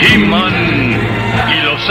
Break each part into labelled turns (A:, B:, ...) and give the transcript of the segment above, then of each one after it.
A: He-Man y los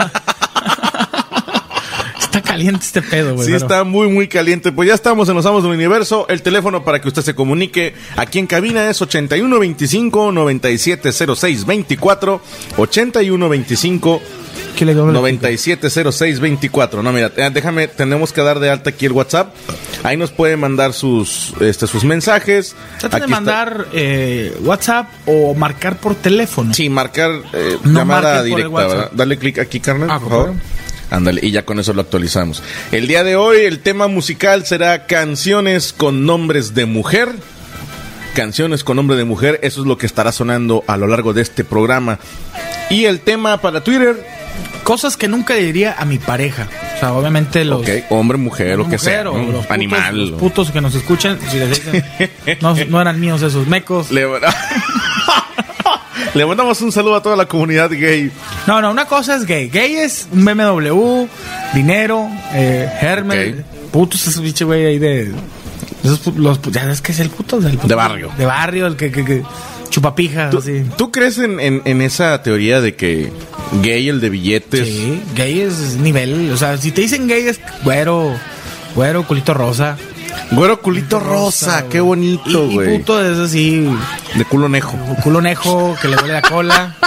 B: está caliente este pedo, güey.
C: Sí,
B: pero-
C: está muy, muy caliente. Pues ya estamos en los Amos del Universo. El teléfono para que usted se comunique aquí en cabina es 8125-970624. 8125
B: ¿Qué le
C: 970624. No, mira, eh, déjame, tenemos que dar de alta aquí el WhatsApp. Ahí nos puede mandar sus, este, sus mensajes.
B: Trata de
C: Aquí está.
B: mandar eh, WhatsApp o marcar por teléfono.
C: Sí, marcar eh,
B: No marques
C: llamada
B: por el
C: directa,
B: WhatsApp.
C: ¿verdad? Dale clic aquí, carnal,
B: Ah,
C: por
B: claro.
C: favor. Ándale, y ya con eso lo actualizamos. El día de hoy el tema musical será canciones con nombres de mujer. Canciones con nombre de mujer, eso es lo que estará sonando a lo largo de este programa. Y el tema para Twitter,
B: Cosas que nunca le diría a mi pareja. O sea, obviamente los.
C: ok, hombre, mujer, lo
B: los
C: que sea,
B: mujer o
C: ¿no?
B: los putos-
C: animal.
B: los
C: o-
B: putos que nos escuchan, si les dicen, no, no eran míos esos mecos.
C: Le, Le mandamos un saludo a toda la comunidad gay.
B: No, no, una cosa es gay. Gay es un BMW, dinero, eh, germen, putos, ese bicho güey ahí de. Esos, pu- los, pu- ya ves que es el puto del puto-
C: De barrio.
B: De barrio, el que, que, que chupapija,
C: ¿Tú,
B: así.
C: tú crees en, en- en esa teoría de que gay el de billetes?
B: Sí, gay es nivel. O sea, si te dicen gay es güero, güero, culito rosa.
C: Güero culito rosa, qué bonito,
B: Y, y
C: güey.
B: puto es así,
C: De culo nejo.
B: culo nejo, que le duele la cola.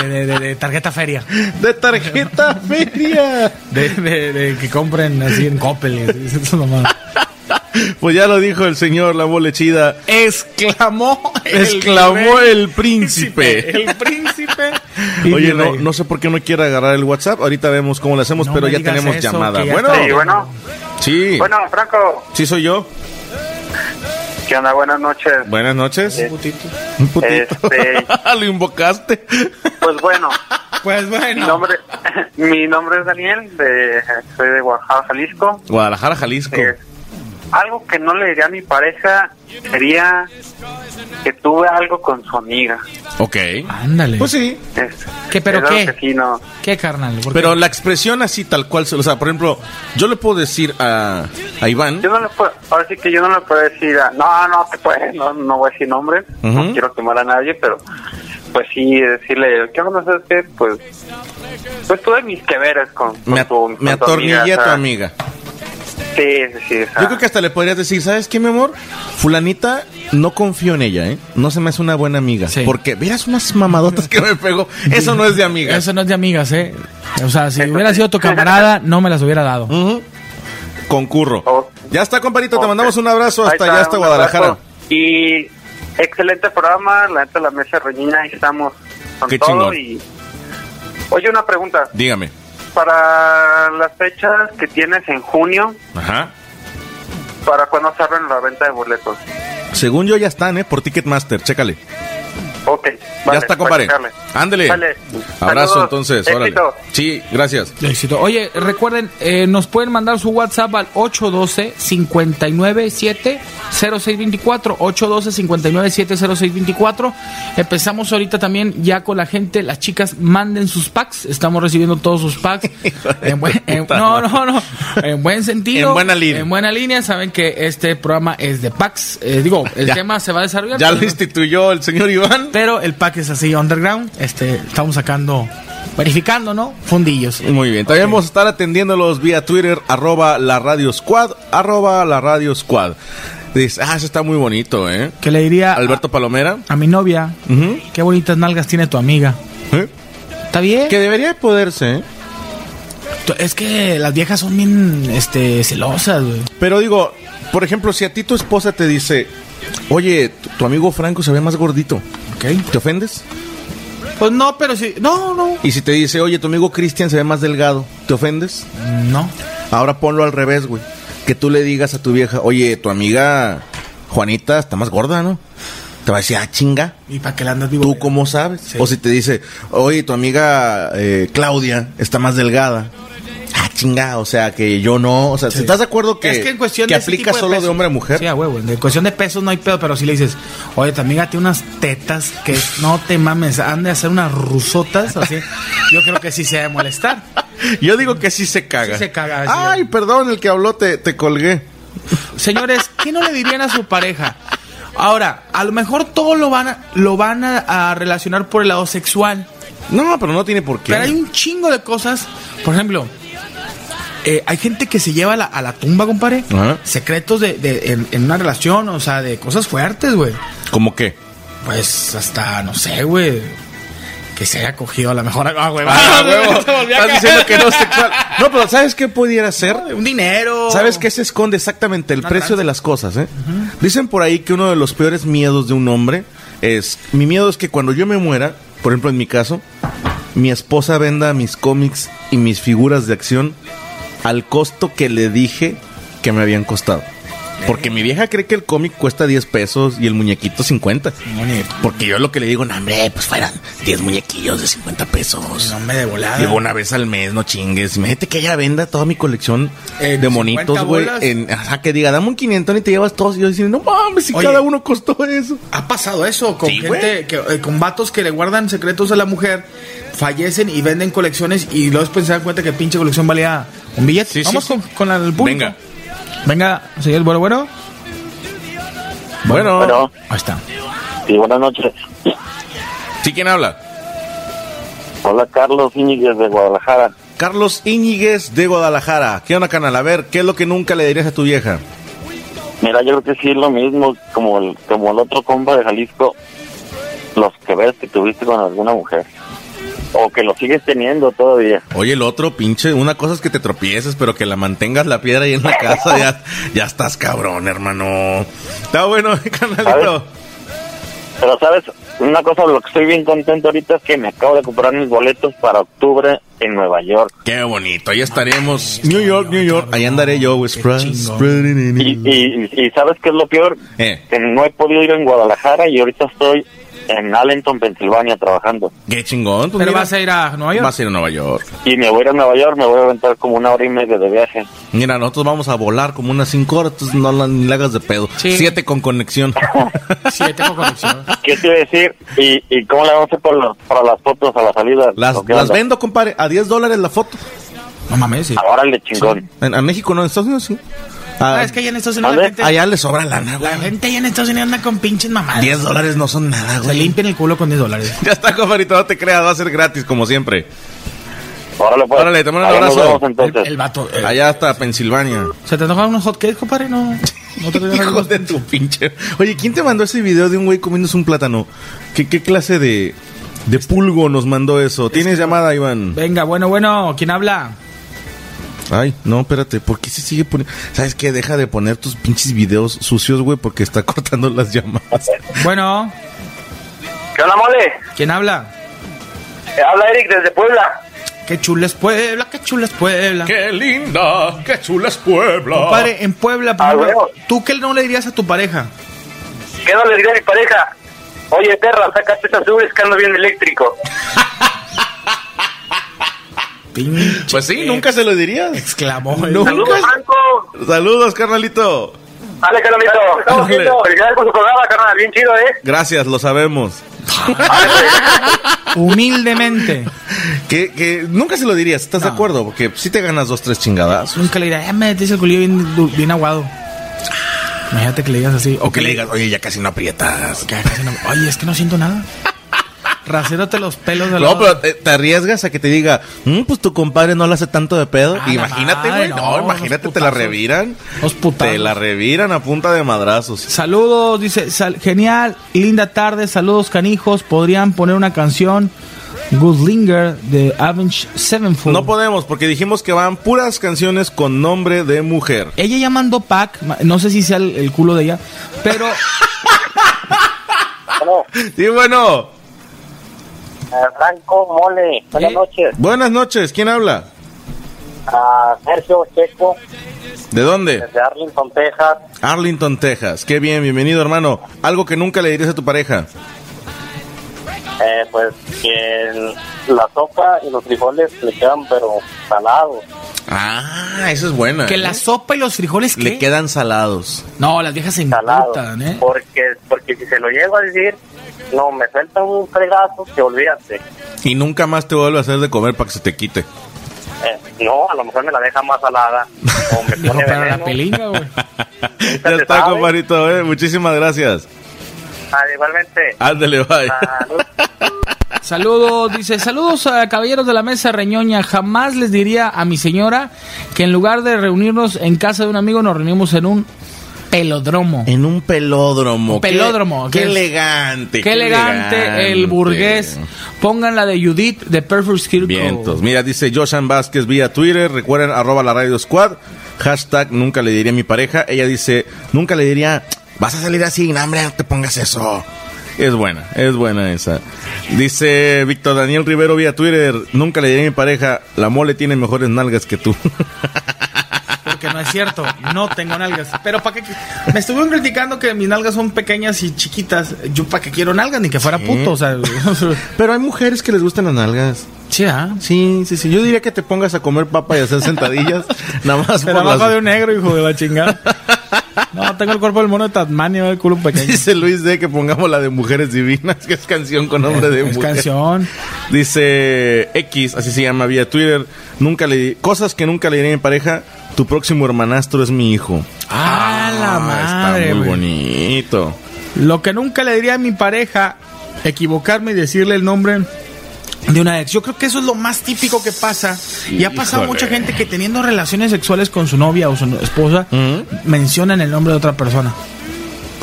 B: De, de, de- de tarjeta feria.
C: De tarjeta feria.
B: De, de- de que compren así en Coppel. y así, esas mamadas.
C: Pues ya lo dijo el señor, la molechida.
B: Exclamó. el
C: Exclamó
B: rey.
C: el príncipe.
B: El príncipe. y
C: Oye,
B: mi
C: no,
B: rey.
C: no sé por qué no quiere agarrar el WhatsApp. Ahorita vemos cómo lo hacemos,
B: No
C: pero
B: me
C: ya
B: digas
C: tenemos
B: eso,
C: llamada.
B: que ya
C: Bueno,
B: está-
D: Sí, bueno,
C: sí,
D: bueno, Franco,
C: sí soy yo.
D: ¿qué onda? Buenas noches.
C: Buenas noches.
D: Eh,
C: Un putito.
D: Este-
C: Lo invocaste.
D: Pues bueno,
B: Pues
D: mi
B: bueno.
D: nombre, mi nombre es Daniel, de, soy de Oaxaca, Jalisco.
C: Guadalajara, Jalisco.
D: Eh, algo que no le diría a mi pareja sería que tuve algo con su amiga.
C: Ok.
B: Ándale.
C: Pues sí.
D: Este,
B: ¿Qué, pero
D: es algo
B: qué?
D: que sí, no.
B: ¿Qué, carnal? ¿Por qué?
C: Pero la expresión así tal cual, se- o sea, por ejemplo, yo le puedo decir a, a Iván,
D: Yo no le puedo, ahora sí que yo no le puedo decir, a- no, no te puedes, no, no voy a decir nombres,
C: Ujú.
D: no quiero quemar a nadie, pero pues sí, decirle, ¿qué onda? ¿Sabes qué? Pues, pues tuve mis que veres con, con
C: me,
D: tu
C: me
D: con tu amiga,
C: atornillé a tu
D: o sea,
C: amiga.
D: Sí, sí, sí. o sea,
C: Yo creo que hasta le podrías decir, ¿sabes qué, mi amor? Fulanita, no confío en ella, ¿eh? No se me hace una buena amiga.
B: Sí.
C: Porque, miras unas mamadotas que me pegó. Eso no es de amiga.
B: Eso no es de amigas, ¿eh? O sea, si hubiera sido tu camarada, no me las hubiera dado.
C: Ujú. Concurro.
D: Ok.
C: Ya está, comparito. Te
D: Oh. Ok.
C: mandamos un abrazo hasta
D: Ahí está,
C: allá, hasta
D: un
C: Guadalajara.
D: abrazo. Y excelente programa, la neta la mesa reñina, ahí estamos con
C: Qué
D: todo
C: chingón.
D: y Oye, una pregunta,
C: Dígame.
D: para las fechas que tienes en junio,
C: Ajá.
D: ¿para cuándo se abren la venta de boletos?
C: Según yo ya están, ¿eh? Por Ticketmaster, chécale.
D: Ok,
C: ya
D: vale,
C: está,
D: para
C: compadre.
D: checarle.
C: Ándele.
D: Vale.
C: Abrazo
D: Saludos.
C: entonces,
D: Éxito.
C: órale. Sí, gracias.
B: Éxito. Oye, recuerden, eh, nos pueden mandar su WhatsApp al 812-597-0624. 812-597-0624. Empezamos ahorita también ya con la gente. Las chicas manden sus packs. Estamos recibiendo todos sus packs. en buen- en- no, no, no. En buen sentido.
C: En buena línea.
B: En buena línea. Saben que este programa es de packs. Eh, digo, el
C: Ya.
B: tema se va a desarrollar.
C: Ya
B: pero-
C: lo instituyó el señor Iván.
B: pero el pack es así, underground. Este, estamos sacando, verificando, ¿no? Fundillos.
C: Muy bien, también vamos a estar atendiéndolos vía Twitter, arroba la radio squad, arroba la radio squad. Dices, ah, eso está muy bonito, ¿eh?
B: Que le diría
C: Alberto Palomera.
B: a mi novia,
C: Ujú.
B: qué bonitas nalgas tiene tu amiga.
C: ¿Eh?
B: ¿Está bien?
C: Que debería de poderse, ¿eh?
B: T- Es que las viejas son bien este, celosas, güey.
C: Pero digo, por ejemplo, si a ti tu esposa te dice, oye, tu, tu amigo Franco se ve más gordito, ¿te ofendes?
B: Pues no, pero sí. No, no.
C: Y si te dice, oye, tu amigo Cristian se ve más delgado, ¿te ofendes?
B: No.
C: Ahora ponlo al revés, güey. Que tú le digas a tu vieja, oye, tu amiga Juanita está más gorda, ¿no? Te va a decir, ah, chinga.
B: ¿Y para qué la andas vivo?
C: ¿Tú cómo sabes? O si te dice, oye, tu amiga eh, Claudia está más delgada. Ah, chinga, o sea, que yo no. O sea, ¿estás de acuerdo que,
B: es que en cuestión
C: que
B: de ese
C: aplica
B: tipo de
C: solo de
B: pesos-
C: hombre a mujer?
B: Sí, a huevo. En cuestión de pesos no hay pedo, pero si le dices, oye, tu amiga tiene unas tetas que no te mames, han de hacer unas rusotas, así. Yo creo que sí se debe molestar.
C: Yo digo que sí se caga. Ah,
B: Sí se caga, sí.
C: Ay, perdón, el que habló te, te colgué.
B: Señores, ¿qué no le dirían a su pareja? Ahora, a lo mejor todo lo van a, lo van a, a relacionar por el lado sexual,
C: No, pero no tiene por qué.
B: pero hay un chingo de cosas. Por ejemplo, eh, hay gente que se lleva a la, a la tumba, compadre,
C: Ajá.
B: secretos de, de- en, en una relación, o sea, de cosas fuertes, güey.
C: ¿Cómo qué?
B: Pues hasta, no sé, güey. Que se haya cogido a la mejor. Ah, güey,
C: Ah,
B: va.
C: huevo.
B: Se volvió a
C: Estás
B: caer.
C: diciendo que no es sexual. No, pero ¿sabes qué pudiera ser?
B: Un dinero.
C: ¿Sabes qué se esconde exactamente? El
B: Una
C: precio
B: tranza.
C: de las cosas, ¿eh? Dicen por ahí que uno de los peores miedos de un hombre es... Mi miedo es que cuando yo me muera, por ejemplo en mi caso, mi esposa venda mis cómics y mis figuras de acción al costo que le dije que me habían costado. Porque mi vieja cree que el cómic cuesta 10 pesos y el muñequito 50. Porque yo lo que le digo, no, hombre, pues fueran 10 muñequillos de 50 pesos.
B: No me de volada.
C: Digo, una vez al mes, no chingues. Imagínate que ella venda toda mi colección
B: En
C: de
B: 50
C: monitos, güey.
B: bolas.
C: en- Ajá, que diga, dame un 500 y te llevas todos. Y yo diciendo, no mames, si
B: Oye.
C: cada uno costó eso.
B: Ha pasado eso con
C: Sí, güey.
B: gente, que, eh, con vatos que le guardan secretos a la mujer, fallecen y venden colecciones y luego después se dan cuenta que pinche colección valía un billete.
C: Sí, sí,
B: Vamos
C: sí.
B: con, con la del público.
C: Venga.
B: Venga, señor Bueno Bueno.
C: Bueno,
E: Bueno,
B: Ahí está.
E: sí, buenas noches.
C: ¿sí quién habla?
E: Hola, Carlos Íñiguez de Guadalajara.
C: Carlos Íñiguez de Guadalajara. ¿Qué onda, canal? A ver, ¿qué es lo que nunca le dirías a tu vieja?
E: Mira, yo creo que sí es lo mismo como el, como el otro compa de Jalisco, los que ves que tuviste con alguna mujer. O que lo sigues teniendo todavía.
C: Oye, el otro, pinche, una cosa es que te tropieces, pero que la mantengas la piedra ahí en la casa, ya, ya estás cabrón, hermano. Está bueno, canalito.
E: Pero sabes, una cosa de lo que estoy bien contento ahorita es que me acabo de comprar mis boletos para octubre en Nueva York.
C: Qué bonito, ahí estaremos. New York, New York. Ahí andaré yo, güey. Spread-
B: chingón.
C: spreading it.
E: Y, y, y sabes qué es lo peor?
C: Eh.
E: Que no he podido ir en Guadalajara y ahorita estoy en Allenton, Pensilvania, trabajando.
C: Qué chingón. pues
B: Pero
C: mira,
B: vas a ir a Nueva York.
C: vas a ir a Nueva York.
E: Y me voy a ir a Nueva York, me voy a aventar como una hora y media de viaje.
C: Mira, nosotros vamos a volar como unas 5 horas, entonces no la, ni la hagas de pedo.
B: Sí.
C: Siete con conexión.
B: Sí, tengo colección.
E: ¿Qué te iba a decir? ¿Y, y cómo le vamos a hacer para, los- para las fotos a la salida?
C: las,
E: ¿O qué
C: las
E: onda?
C: vendo, compadre, a 10 dólares la foto.
B: No mames, sí.
E: Ah, Órale, chingón.
C: En- a México, no, en Estados Unidos sí. Ah,
B: Ah, es que allá en Estados Unidos la
E: ¿Dónde?
B: gente,
C: allá le sobra lana, güey.
B: la gente allá en Estados Unidos anda con pinches mamadas.
C: 10 dólares no son nada,
B: Se
C: güey.
B: limpian el culo con 10 dólares.
C: Ya está, compadrito, no te creas, va a ser gratis como siempre.
E: Órale, pues.
C: Órale, te mando un
E: Ahí
C: abrazo.
E: Nos vemos, entonces.
B: El vato. eh,
C: Allá hasta Pensilvania.
B: ¿Se te antojan unos hotcakes, compadre? No. no te
C: Hijo de tu pinche. Oye, ¿quién te mandó ese video de un güey comiéndose un plátano? ¿Qué, qué clase de, de pulgo nos mandó eso? ¿Tienes llamada, Iván?
B: Venga, bueno, bueno. ¿Quién habla?
C: Ay, no, espérate, ¿por qué se sigue poniendo? ¿Sabes qué? Deja de poner tus pinches videos sucios, güey, porque está cortando las llamadas.
B: Bueno.
D: ¿Qué onda, mole? Eh,
B: ¿Quién habla?
D: Habla Eric desde Puebla.
B: Qué chula es Puebla, qué chula es Puebla.
A: ¡Qué linda! ¡Qué chula es Puebla!
B: Compadre, en Puebla, por
D: Ah,
B: ejemplo,
D: huevo.
B: ¿tú qué no le dirías a tu pareja?
D: ¿Qué no le diré a mi pareja? Oye, perra, sacaste esas ubres que ando bien eléctrico.
C: Pues sí, nunca se lo dirías.
B: Exclamó. ¿eh?
C: No.
D: Saludos,
C: Nunca-
D: Franco.
C: Saludos, carnalito.
D: Dale, carnalito. Estamos
C: Dale.
D: viendo. Felicidades por su programa, carnal. Bien chido, ¿eh?
C: Gracias, lo sabemos.
B: Humildemente.
C: Que, que nunca se lo dirías, ¿estás de acuerdo? Porque si te ganas dos, tres chingadas.
B: Nunca le dirás, eh, me dice el culillo bien, du- bien aguado. Imagínate que le digas así.
C: O que le digas, oye, ya casi no aprietas.
B: que casi no- Oye, es que no siento nada. Rasérate los pelos de
C: No, pero eh, te, te arriesgas a que te diga, "Mm, pues tu compadre no lo hace tanto de pedo.
B: Ah, la
C: imagínate, güey.
B: madre, no,
C: No,
B: unos
C: imagínate, te la
B: putazos.
C: reviran.
B: Los
C: Te la
B: putados.
C: reviran a punta de madrazos.
B: Saludos, dice, sal- genial, linda tarde, saludos canijos, podrían poner una canción Goodlinger de Avenge Sevenfold.
C: No podemos, porque dijimos que van puras canciones con nombre de mujer.
B: ella ya mandó pack, ma- no sé si sea el, el culo de ella, pero
C: Sí, bueno.
F: Eh, Franco Mole, buenas
B: Sí.
F: noches.
C: Buenas noches, ¿quién habla?
F: A Sergio Checo,
C: ¿De dónde?
F: desde Arlington, Texas.
C: Arlington, Texas. Qué bien, bienvenido, hermano. Algo que nunca le dirías a tu pareja.
F: Eh, pues que el- la sopa y los frijoles le quedan, pero salados.
C: Ah, eso es buena.
B: que
C: ¿eh?
B: la sopa y los frijoles
C: Le
B: ¿qué?
C: quedan salados.
B: No, las viejas se
F: Salados.
B: imputan, ¿eh?
F: Porque, porque si se lo llego a decir, no, me suelta un fregazo que olvídate.
C: Y nunca más te vuelve a hacer de comer para que se te quite.
F: Eh, no, a lo mejor me la deja más salada. O me
B: Dijo,
F: pone
B: pero la
F: veneno.
B: pelinga, güey.
C: ya
F: se
C: está,
F: sabe.
C: compadrito, eh. Muchísimas gracias.
F: Ah, igualmente.
C: Ándale, bye.
F: Salud.
B: Saludos, dice, saludos a caballeros de la mesa reñoña. Jamás les diría a mi señora que en lugar de reunirnos en casa de un amigo, nos reunimos en un pelodromo.
C: En un pelódromo.
B: Un pelódromo,
C: Qué, qué
B: ¿qué es?
C: elegante.
B: Qué elegante, el burgués. Pongan la de Judith de Perfect Circle.
C: Vientos. Mira, dice Joshan Vázquez vía Twitter. Recuerden, arroba la radio squad. Hashtag nunca le diría a mi pareja. Ella dice, nunca le diría, vas a salir así, no, hombre, no te pongas eso. Es buena, es buena esa. Dice Víctor Daniel Rivero vía Twitter, nunca le diría a mi pareja, la mole tiene mejores nalgas que tú.
B: Porque no es cierto, no tengo nalgas. Pero para qué qui- me estuvieron criticando que mis nalgas son pequeñas y chiquitas. Yo para qué quiero nalgas ni que fuera puto, o sea.
C: Pero hay mujeres que les gustan las nalgas.
B: sí, ¿ah?
C: Sí, sí, sí. Yo diría que te pongas a comer papa y hacer sentadillas. nada más
B: Pero
C: por
B: abajo
C: las-
B: de un negro, hijo de la chingada. No, tengo el cuerpo del mono de Tasmania, el culo pequeño.
C: Dice Luis D que pongamos la de Mujeres Divinas, que es canción con nombre de
B: es
C: mujer.
B: canción.
C: Dice X, así se llama vía Twitter. Nunca le di- cosas que nunca le diré a mi pareja. Tu próximo hermanastro es mi hijo.
B: Ah, la madre,
C: Está muy
B: güey.
C: bonito.
B: Lo que nunca le diría a mi pareja, equivocarme y decirle el nombre de una ex. Yo creo que eso es lo más típico que pasa. Y ha pasado
C: Híjole.
B: mucha gente que teniendo relaciones sexuales con su novia o su no- esposa, mencionan el nombre de otra persona.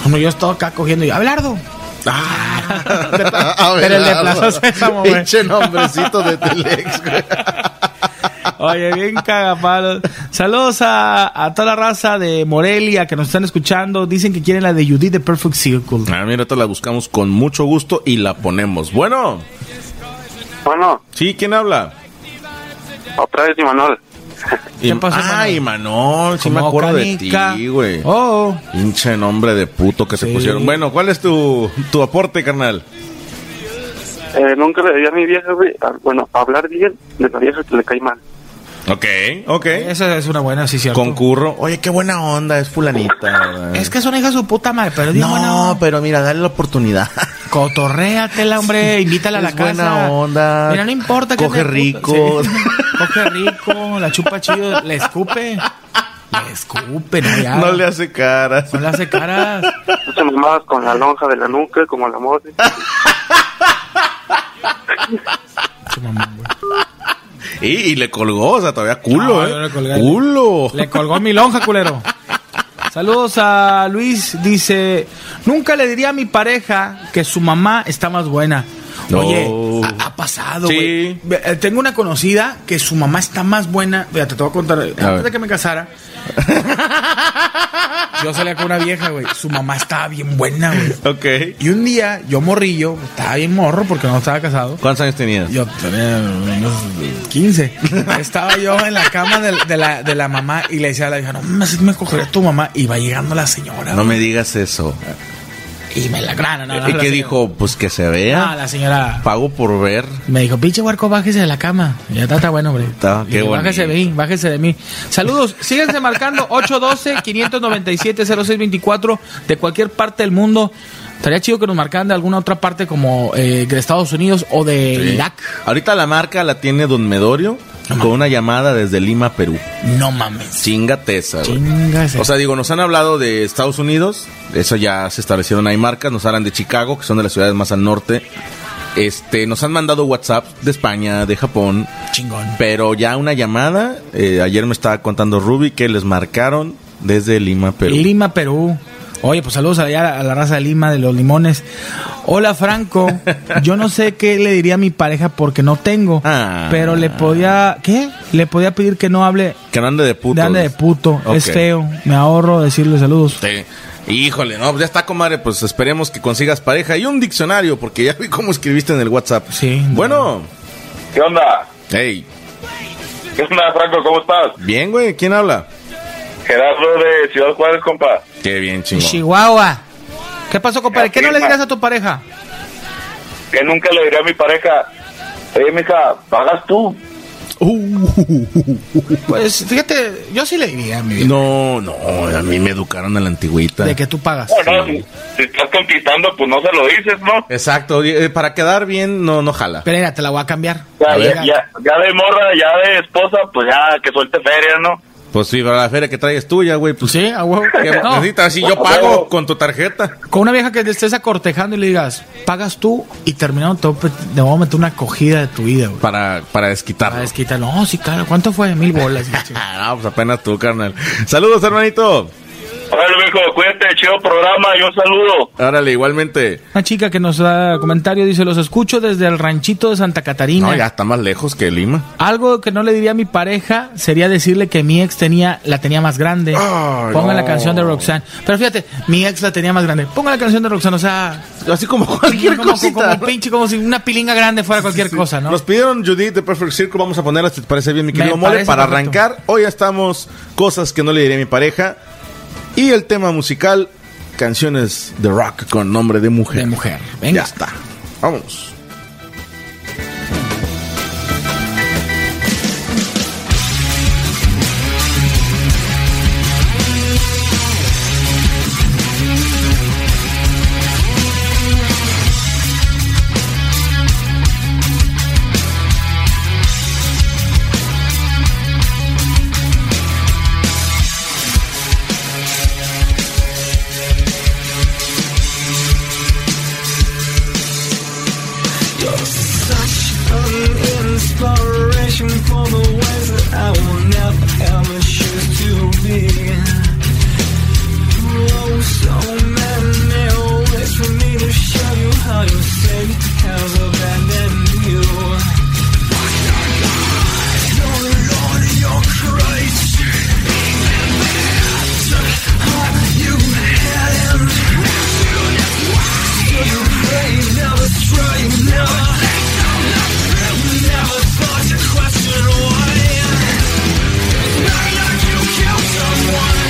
B: Como yo estaba acá cogiendo y Abelardo.
C: A ver,
B: Pero el de
C: Ah. Abelardo.
B: Plaza Sésamo, güey.
C: Pinche nombrecito de Telex, güey.
B: Oye, bien cagapalos. Saludos a, a toda la raza de Morelia que nos están escuchando. Dicen que quieren la de Judith de Perfect Circle.
C: Ah, mira, te la buscamos con mucho gusto y la ponemos. Bueno,
D: Bueno,
C: sí, ¿quién habla?
D: otra vez, Imanol.
B: ¿Qué pasó,
C: Ay, Manol, sí me
B: Como
C: acuerdo
B: canica.
C: de ti, güey.
B: Oh.
C: Pinche nombre de puto que se
B: Sí.
C: pusieron. Bueno, ¿cuál es tu, tu aporte, carnal?
D: Eh, nunca le diría a mi vieja, güey, a- bueno, hablar bien de la vieja que le cae mal.
C: Ok, ok.
B: Esa es una buena, sí, cierto.
C: Concurro. Oye, qué buena onda, es fulanita.
B: Es que es una hija de su puta madre, pero digo,
C: No, pero mira, dale la oportunidad.
B: Cotorréatela, hombre, invítala a la
C: Es
B: casa.
C: buena onda.
B: Mira, no importa
C: Coge
B: sea puta,
C: rico.
B: sí. Coge rico, la chupa chido, le escupe. Le escupe, no, ya.
C: No le hace caras.
B: No le hace caras.
D: Entonces me mamabas con la lonja de la nuca, como la mole.
B: Su mamá, güey.
C: Y, y le colgó, o sea, todavía culo,
B: No, yo
C: ¿eh?
B: le colgué.
C: culo.
B: Le colgó mi lonja, culero. Saludos a Luis, dice, nunca le diría a mi pareja que su mamá está más buena.
C: No.
B: Oye, ha, ha pasado,
C: Sí.
B: güey. Ve- eh, Tengo una conocida que su mamá está más buena. Fíjate, te voy a contar. Antes
C: ver.
B: de que me casara, yo salía con una vieja, güey. Su mamá estaba bien buena, güey.
C: Ok.
B: Y un día, yo morrillo, estaba bien morro porque no estaba casado.
C: ¿Cuántos años tenías?
B: Yo tenía unos 15. Estaba yo en la cama del- de, la, de la mamá y le decía a la vieja, no mames, me cogería tu mamá. Y va llegando la señora.
C: No me digas eso.
B: Y me la grana, no, no,
C: ¿Y
B: Ah, la
C: qué
B: señora-
C: dijo? Pues que se
B: Ah,
C: vea.
B: la señora
C: Pago por ver.
B: me dijo, pinche huerco, bájese de la cama. Y Ya está, está bueno, hombre.
C: Está,
B: Y
C: Ah,
B: "Ah,
C: qué
B: yo, bájese de
C: bonito.
B: mí, bájese de mí. Saludos, síganse marcando 812-597-0624 de cualquier parte del mundo. Estaría chido que nos marcaran de alguna otra parte como eh, de Estados Unidos o de Irak.
C: Ahorita la marca la tiene Don Medorio con una llamada desde Lima, Perú.
B: No mames.
C: Chingate esa, güey.
B: Chingase.
C: O sea, digo, nos han hablado de Estados Unidos, eso ya se establecieron, hay marcas, nos hablan de Chicago, que son de las ciudades más al norte. Este, nos han mandado WhatsApp de España, de Japón,
B: chingón.
C: pero ya una llamada, eh, ayer me estaba contando Ruby que les marcaron desde Lima, Perú.
B: Lima, Perú. Oye, pues saludos allá a la raza de Lima, de los limones. Hola, Franco. Yo no sé qué le diría a mi pareja porque no tengo.
C: Ah.
B: Pero le podía. ¿Qué? Le podía pedir que no hable
C: que no ande de puto.
B: de ande de puto. Es
C: Ok.
B: feo. Me ahorro decirle saludos.
C: Te- Híjole, no, pues ya está, comadre, pues esperemos que consigas pareja y un diccionario, porque ya vi cómo escribiste en el WhatsApp.
B: Sí, no.
C: Bueno,
F: ¿Qué onda?
C: hey,
F: ¿Qué onda, Franco? ¿Cómo estás?
C: bien, güey, ¿quién habla?
F: Gerardo de Ciudad Juárez, compa.
C: Qué bien, chingón.
B: Chihuahua. ¿Qué pasó, compadre? ¿Qué no le dirías a tu pareja?
F: Que nunca le diré a mi pareja, oye, mija, ¿pagas tú?
B: Pues fíjate, yo sí le diría a mi vieja,
C: No, no, a mí me educaron a la antigüita.
B: De que tú pagas.
F: Bueno, si, si estás conquistando, pues no se lo dices, ¿no?
C: Exacto, eh, para quedar bien no no jala.
B: Pero mira, te la voy a cambiar.
F: Ya,
C: A ver.
F: ya, ya- ya de morra, ya de esposa, pues ya que suelte feria, ¿no?
C: Pues sí, para la feria que traes tuya, güey, pues
B: Sí, a huevo.
C: ¿Qué
B: No.
C: necesitas? Si yo pago con tu tarjeta.
B: Con una vieja que te estés acortejando y le digas, pagas tú y terminando todo, pues, te voy a meter una cogida de tu vida, güey.
C: Para, para desquitar.
B: Para desquitar. No, sí, claro. ¿Cuánto fue? Mil bolas. y la chingada.
C: Ah, pues apenas tú, carnal. Saludos, hermanito.
F: Órale, mijo, cuídate, chido programa y un saludo.
C: Árale, igualmente.
B: una chica que nos da comentario dice, los escucho desde el ranchito de Santa Catarina.
C: No, ya está más lejos que Lima.
B: Algo que no le diría a mi pareja sería decirle que mi ex tenía la tenía más grande.
C: Ay,
B: Pongan la
C: no.
B: canción de Roxanne. Pero fíjate, mi ex la tenía más grande. Pongan la canción de Roxanne, o sea,
C: Así como cualquier
B: como, como
C: cosita.
B: un pinche, como si una pilinga grande fuera cualquier cosa, ¿no?
C: Nos pidieron Judith de Perfect Circle, vamos a ponerlas, si te parece bien, mi
B: Me
C: querido Mole,
B: parece
C: para
B: perfecto.
C: arrancar. Hoy ya estamos cosas que no le diré a mi pareja. Y el tema musical, canciones de rock con nombre de mujer.
B: De mujer.
C: Ya
B: Venga.
C: está. Vamos.
G: inspiration for the ways that I will never ever choose to be. Oh, so many ways for me to show you how your sin has abandoned you. Your Lord, your Christ. You had him. You pray, never stray, never. Never thought to question why. It's not like you killed someone.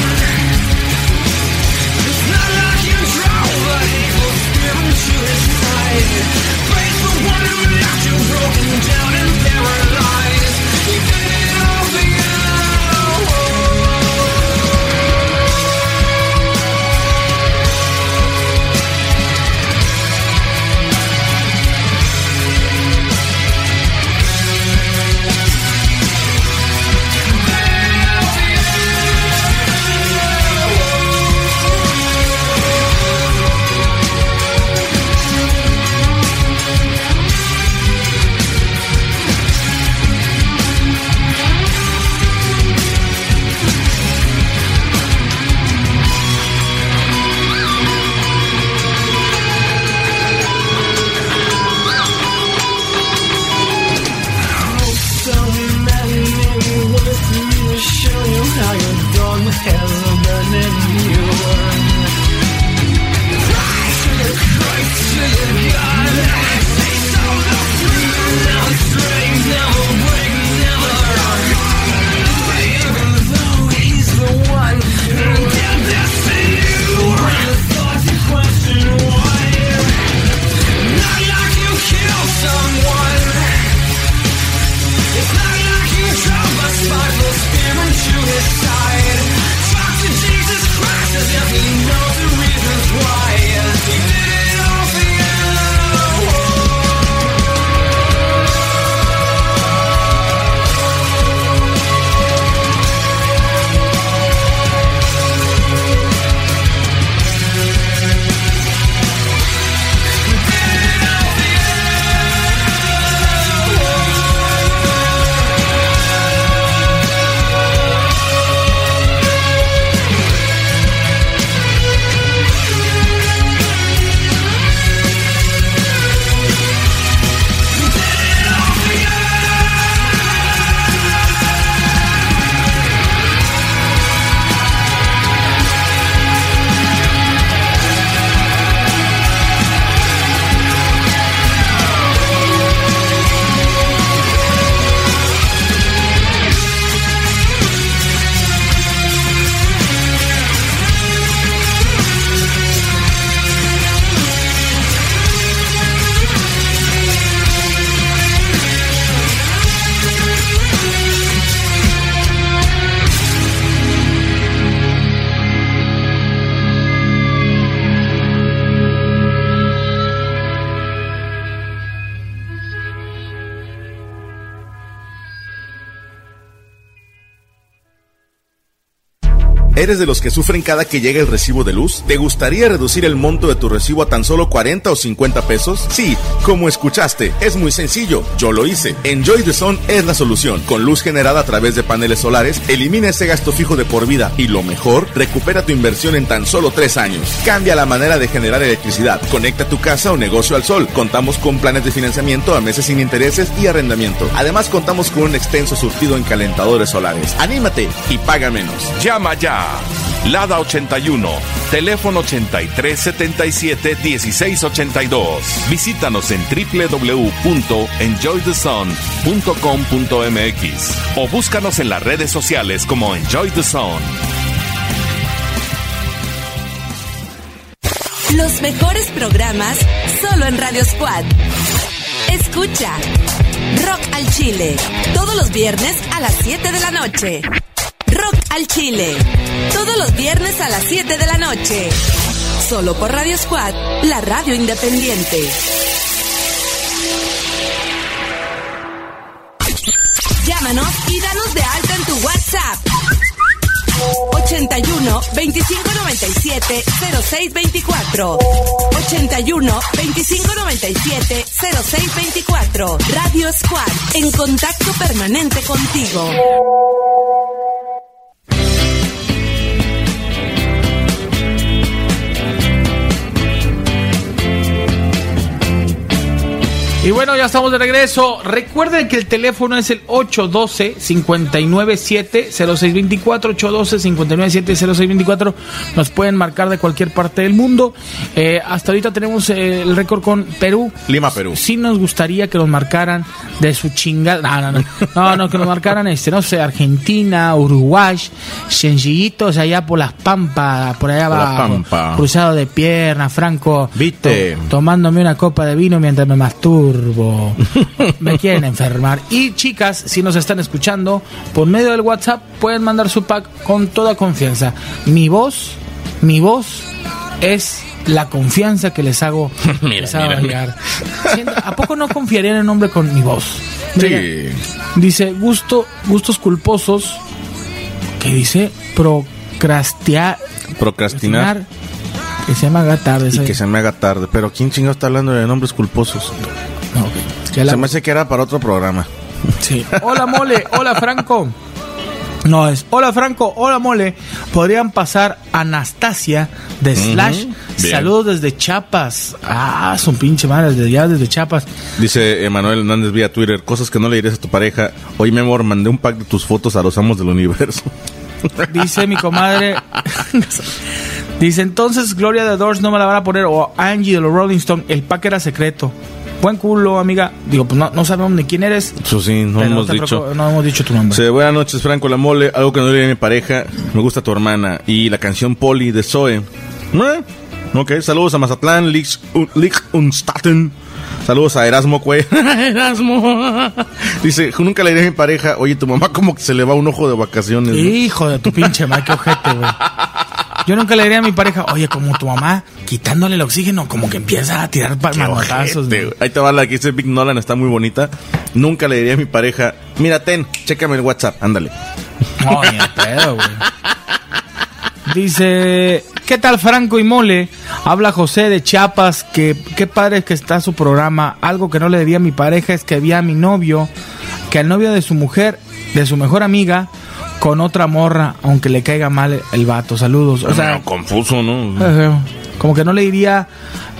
G: It's not like you drove a evil spirit to his side. Faithful
C: ¿Eres de los que sufren cada que llega el recibo de luz? ¿Te gustaría reducir el monto de tu recibo a tan solo 40 o 50 pesos? Sí, como escuchaste, es muy sencillo, yo lo hice. Enjoy the Sun es la solución. Con luz generada a través de paneles solares, elimina ese gasto fijo de por vida y lo mejor, recupera tu inversión en tan solo 3 años. Cambia la manera de generar electricidad. Conecta tu casa o negocio al sol. Contamos con planes de financiamiento a meses sin intereses y arrendamiento. Además, contamos con un extenso surtido en calentadores solares. Anímate y paga menos.
H: Llama ya. Lada 81, teléfono 8377 1682. Visítanos en www.enjoythesun.com.mx o búscanos en las redes sociales como Enjoy the Sun.
I: Los mejores programas solo en Radio Squad. Escucha Rock al Chile todos los viernes a las 7 de la noche. Rock al Chile todos los viernes a las 7 de la noche. Solo por Radio Squad, la radio independiente. Llámanos y danos de alta en tu WhatsApp. 81 2597 0624 81 2597 0624 Radio Squad en contacto permanente contigo
B: Y bueno, ya estamos de regreso. Recuerden que el teléfono es el 812-597-0624. 812-597-0624. Nos pueden marcar de cualquier parte del mundo. Eh, hasta ahorita tenemos eh, el récord con Perú.
C: Lima, Perú.
B: Sí nos gustaría que nos marcaran de su chingada. No, no, no. No, no, que nos marcaran este, no sé, Argentina, Uruguay, Sencillitos allá por las Pampas, por allá
C: Por las
B: abajo.
C: Pampas.
B: Cruzado de pierna, Franco.
C: Viste.
B: to- tomándome una copa de vino mientras me masturbo. Me quieren enfermar. Y chicas, si nos están escuchando, por medio del WhatsApp pueden mandar su pack con toda confianza. Mi voz, mi voz es la confianza que les hago,
G: Mira,
B: les hago
G: mira, mira.
B: llegar. Siento- ¿A poco no confiarían en un hombre con mi voz?
C: Sí.
B: Dice, gusto, gustos culposos, que dice procrastear,
C: Procrastinar.
B: que se llama gatar.
C: Y que se me haga tarde. Pero ¿quién chingado está hablando de nombres culposos?
B: No,
C: Se me hace que era para otro programa.
B: Sí. Hola mole, hola Franco. No es, hola Franco, hola mole. Podrían pasar Anastasia de
C: Ujú,
B: Slash.
C: bien.
B: Saludos desde Chiapas. Ah, son pinche madres desde ya desde Chiapas.
C: Dice Emanuel Hernández vía Twitter, cosas que no le dirías a tu pareja. Hoy, mi amor, mandé un pack de tus fotos a los amos del universo. Pues
B: Dice mi comadre. dice entonces Gloria de Doors no me la van a poner o Angie de los Rolling Stone. El pack era secreto. Buen culo, amiga. Digo, pues no, no sabemos ni quién eres.
C: Eso sí, no
B: Pero
C: hemos
B: te
C: dicho.
B: preocupes, no hemos dicho tu nombre.
C: Sí, buenas noches, Franco La Mole. Algo que no le diría a mi pareja. Me gusta tu hermana. Y la canción Poli de Zoe. ¿Eh? Ok, saludos a Mazatlán, Lix un- Lix Unstaten. Saludos a Erasmo Cue. Erasmo. Dice, nunca le diré a mi pareja, oye, tu mamá como que se le va un ojo de vacaciones. ¿no?"
B: Hijo de tu pinche madre, qué ojete, güey. Yo nunca le diría a mi pareja, oye, como tu mamá, quitándole el oxígeno, como que empieza a tirar pa-
C: Qué
B: manotazos.
C: ojete, güey. Ahí te va la que dice Big Nolan, está muy bonita. Nunca le diría a mi pareja, mira, ten, chécame el WhatsApp, ándale.
B: No, ni de pedo, güey. Dice, ¿qué tal Franco y Mole? Habla José de Chiapas, que qué padre que está su programa. Algo que no le debía a mi pareja es que vi a mi novio, que al novio de su mujer, de su mejor amiga, con otra morra, aunque le caiga mal el vato. Saludos. O sea,
C: Medio confuso, ¿no?
B: Ajá. Como que no le diría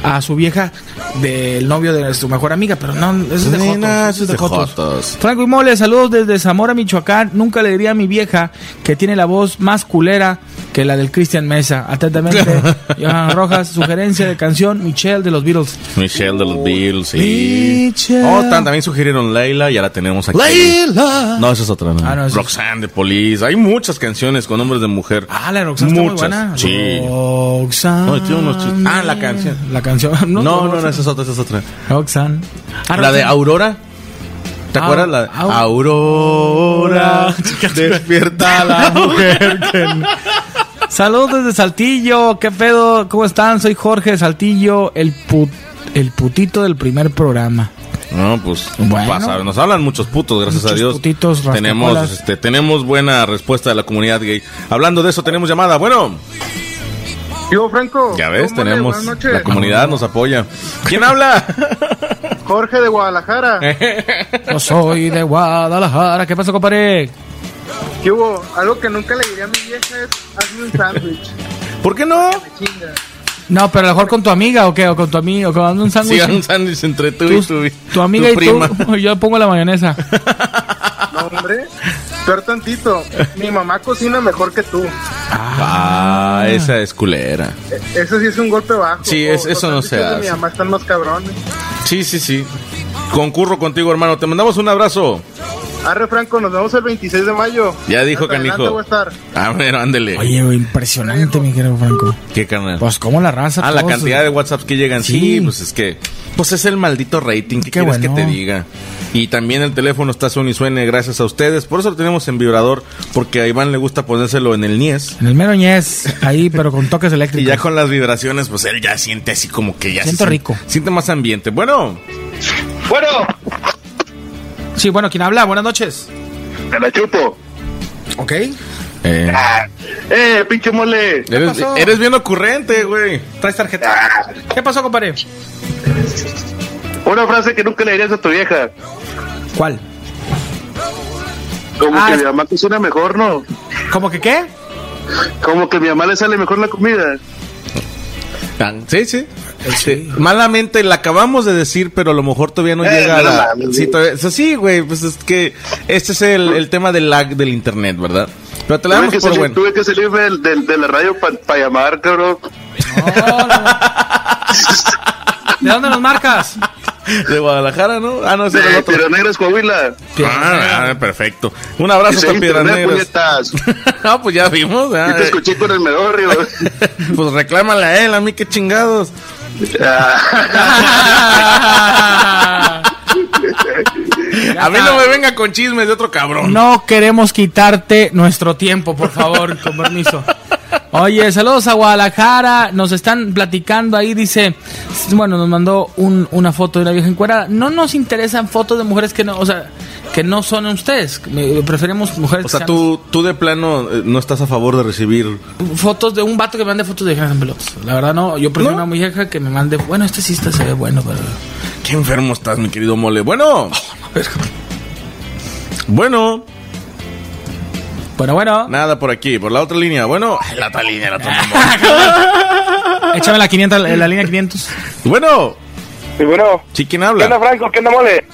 B: a su vieja del novio de su mejor amiga, pero no, eso es de
C: Sí,
B: jotos,
C: no,
B: eso es de jotos.
C: jotos.
B: Franco y Mole, saludos desde Zamora, Michoacán. Nunca le diría a mi vieja que tiene la voz más culera que la del Cristian Mesa. Atentamente, Johan Rojas, sugerencia de canción, Michelle de los Beatles. Oh,
C: Michelle de los Bills, sí.
B: Michelle.
C: Oh, tan- también sugirieron Leila, ya la tenemos aquí.
B: Leila.
C: No, esa es otra. No.
B: Ah, no, esa es-
C: Roxanne de Police. Hay muchas canciones con nombres de mujer.
B: Ah, la de Roxanne está muy buena. Oh.
C: Sí.
B: Roxanne.
C: No, tiene unos chis- Ah, la canción.
B: La canción.
C: No, no, no,
B: Roxanne.
C: esa es otra, esa es otra.
B: Roxanne. Ah,
C: la de
B: Roxanne.
C: Aurora. ¿Te
B: Au-
C: acuerdas? La de
B: au-
C: Aurora. Despierta la mujer.
B: Saludos desde Saltillo, qué pedo, ¿cómo están? Soy Jorge de Saltillo, el, pu- el putito del primer programa.
C: No, pues
B: Bueno.
C: pasa. Nos hablan muchos putos, gracias
B: Muchos
C: a Dios.
B: putitos,
C: tenemos,
B: rascacolas.
C: este, tenemos buena respuesta de la comunidad gay. Hablando de eso, tenemos llamada. Bueno,
J: Yo, Franco.
C: ya ves,
J: ¿Cómo le?
C: tenemos.
J: Buenas noches.
C: La comunidad nos apoya. ¿Quién habla?
J: Jorge de Guadalajara.
B: Yo soy de Guadalajara. ¿Qué pasó, compadre?
J: ¿Qué hubo? Algo que nunca le diría a mi vieja es hazme un sándwich.
C: ¿Por qué no?
J: Chinga.
B: No, pero a lo mejor con tu amiga o qué, o con tu amigo, o con un
C: Sí,
B: sándwich.
C: un sándwich entre tú, y
B: Tus-
C: tu,
B: tu amiga
C: tu
B: y tú. Yo pongo la mayonesa.
J: No, hombre. Peor tantito. Mi mamá cocina mejor que tú.
C: Ah, esa es culera.
J: E- Eso sí es un golpe bajo.
C: Sí,
J: O
C: es-
J: los
C: eso no se
J: sándwiches de
C: hace.
J: Mi mamá están más cabrones.
C: Sí, sí, sí. Concurro contigo, hermano. Te mandamos un abrazo.
J: Arre, Franco, nos vemos el 26 de mayo.
C: Ya dijo,
J: Hasta adelante
C: canijo.
J: voy a estar.
C: Ah, bueno, ándele.
B: Oye, güey, impresionante, mi querido Franco.
C: ¿Qué carnal?
B: Pues como la raza.
C: Ah, la
B: todos-
C: cantidad de WhatsApps que llegan. Sí,
B: Sí.
C: pues es que. Pues es el maldito rating. ¿Qué,
B: Qué
C: quieres
B: bueno.
C: que te diga? Y también el teléfono está suene y suene gracias a ustedes. Por eso lo tenemos en vibrador. Porque a Iván le gusta ponérselo en el niés.
B: En el mero ñez, ahí, pero con toques
C: Y
B: eléctricos.
C: ya con las vibraciones, pues él ya siente así como que ya. se
B: Siento
C: sien-
B: rico.
C: Siente más ambiente. Bueno.
B: Bueno. Sí, bueno, ¿quién habla? Buenas noches.
K: Te la chupo.
B: Ok.
C: Eh,
K: ¡Eh, pinche mole!
C: eres,
B: pasó?
C: eres bien ocurrente, güey.
B: Traes tarjeta. ¿Qué pasó, compadre?
K: Ah. Una frase que nunca le dirías a tu vieja.
B: ¿Cuál?
K: Como
B: Ah,
K: que
B: es-
K: mi mamá cocina mejor, ¿no?
B: ¿Cómo que qué?
K: Como que a mi mamá le sale mejor la comida.
C: Tan- Sí, sí. Sí. Malamente la acabamos de decir, pero a lo mejor todavía no
K: Eh,
C: llega a
K: no
C: la-
K: mames,
C: Sí,
K: güey.
C: todavía- o sea, sí, güey, pues es que este es el, el tema del lag del internet, ¿verdad? Pero te la
K: Tuve
C: damos
K: que,
C: por
K: salir,
C: bueno.
K: tuve que salirme del- del- de la radio para llamar, cabrón.
B: ¿De dónde nos marcas?
C: De Guadalajara, ¿no? Ah, no, ese era el
K: De
C: otro.
K: Piedras Negras, Coahuila.
C: Ah, ah, perfecto. Un abrazo
K: Dice,
C: hasta Piedras
K: "Internet,
C: Negras.
K: puñetas".
C: Ah, pues ya vimos. ah,
K: Y te
C: eh,
K: escuché con el medorrio.
C: pues reclámale a él, a mí qué chingados.
K: Ah.
C: A mí no me venga con chismes de otro cabrón.
B: No queremos quitarte nuestro tiempo, por favor, con permiso. Oye, saludos a Guadalajara. Nos están platicando ahí, dice. Bueno, nos mandó un- una foto de una vieja encuerada. No nos interesan fotos de mujeres que no, o sea, que no son ustedes. Me- Preferimos mujeres
C: O
B: que
C: sea,
B: sean-
C: tú, tú de plano eh, no estás a favor de recibir
B: fotos de un vato que me mande fotos de viejas en pelotas. La verdad, no. Yo prefiero una vieja que me mande. Bueno, este sí está, se ve bueno, pero.
C: Qué enfermo estás, mi querido mole. Bueno. Bueno,
B: Bueno, bueno.
C: nada por aquí, por la otra línea. Bueno, Ay, la otra línea la tomamos.
B: Échame la 500, la, la línea 500.
C: bueno,
L: Y bueno,
C: ¿sí quién
L: ¿qué onda
C: habla?
L: Franco? ¿Qué onda mole?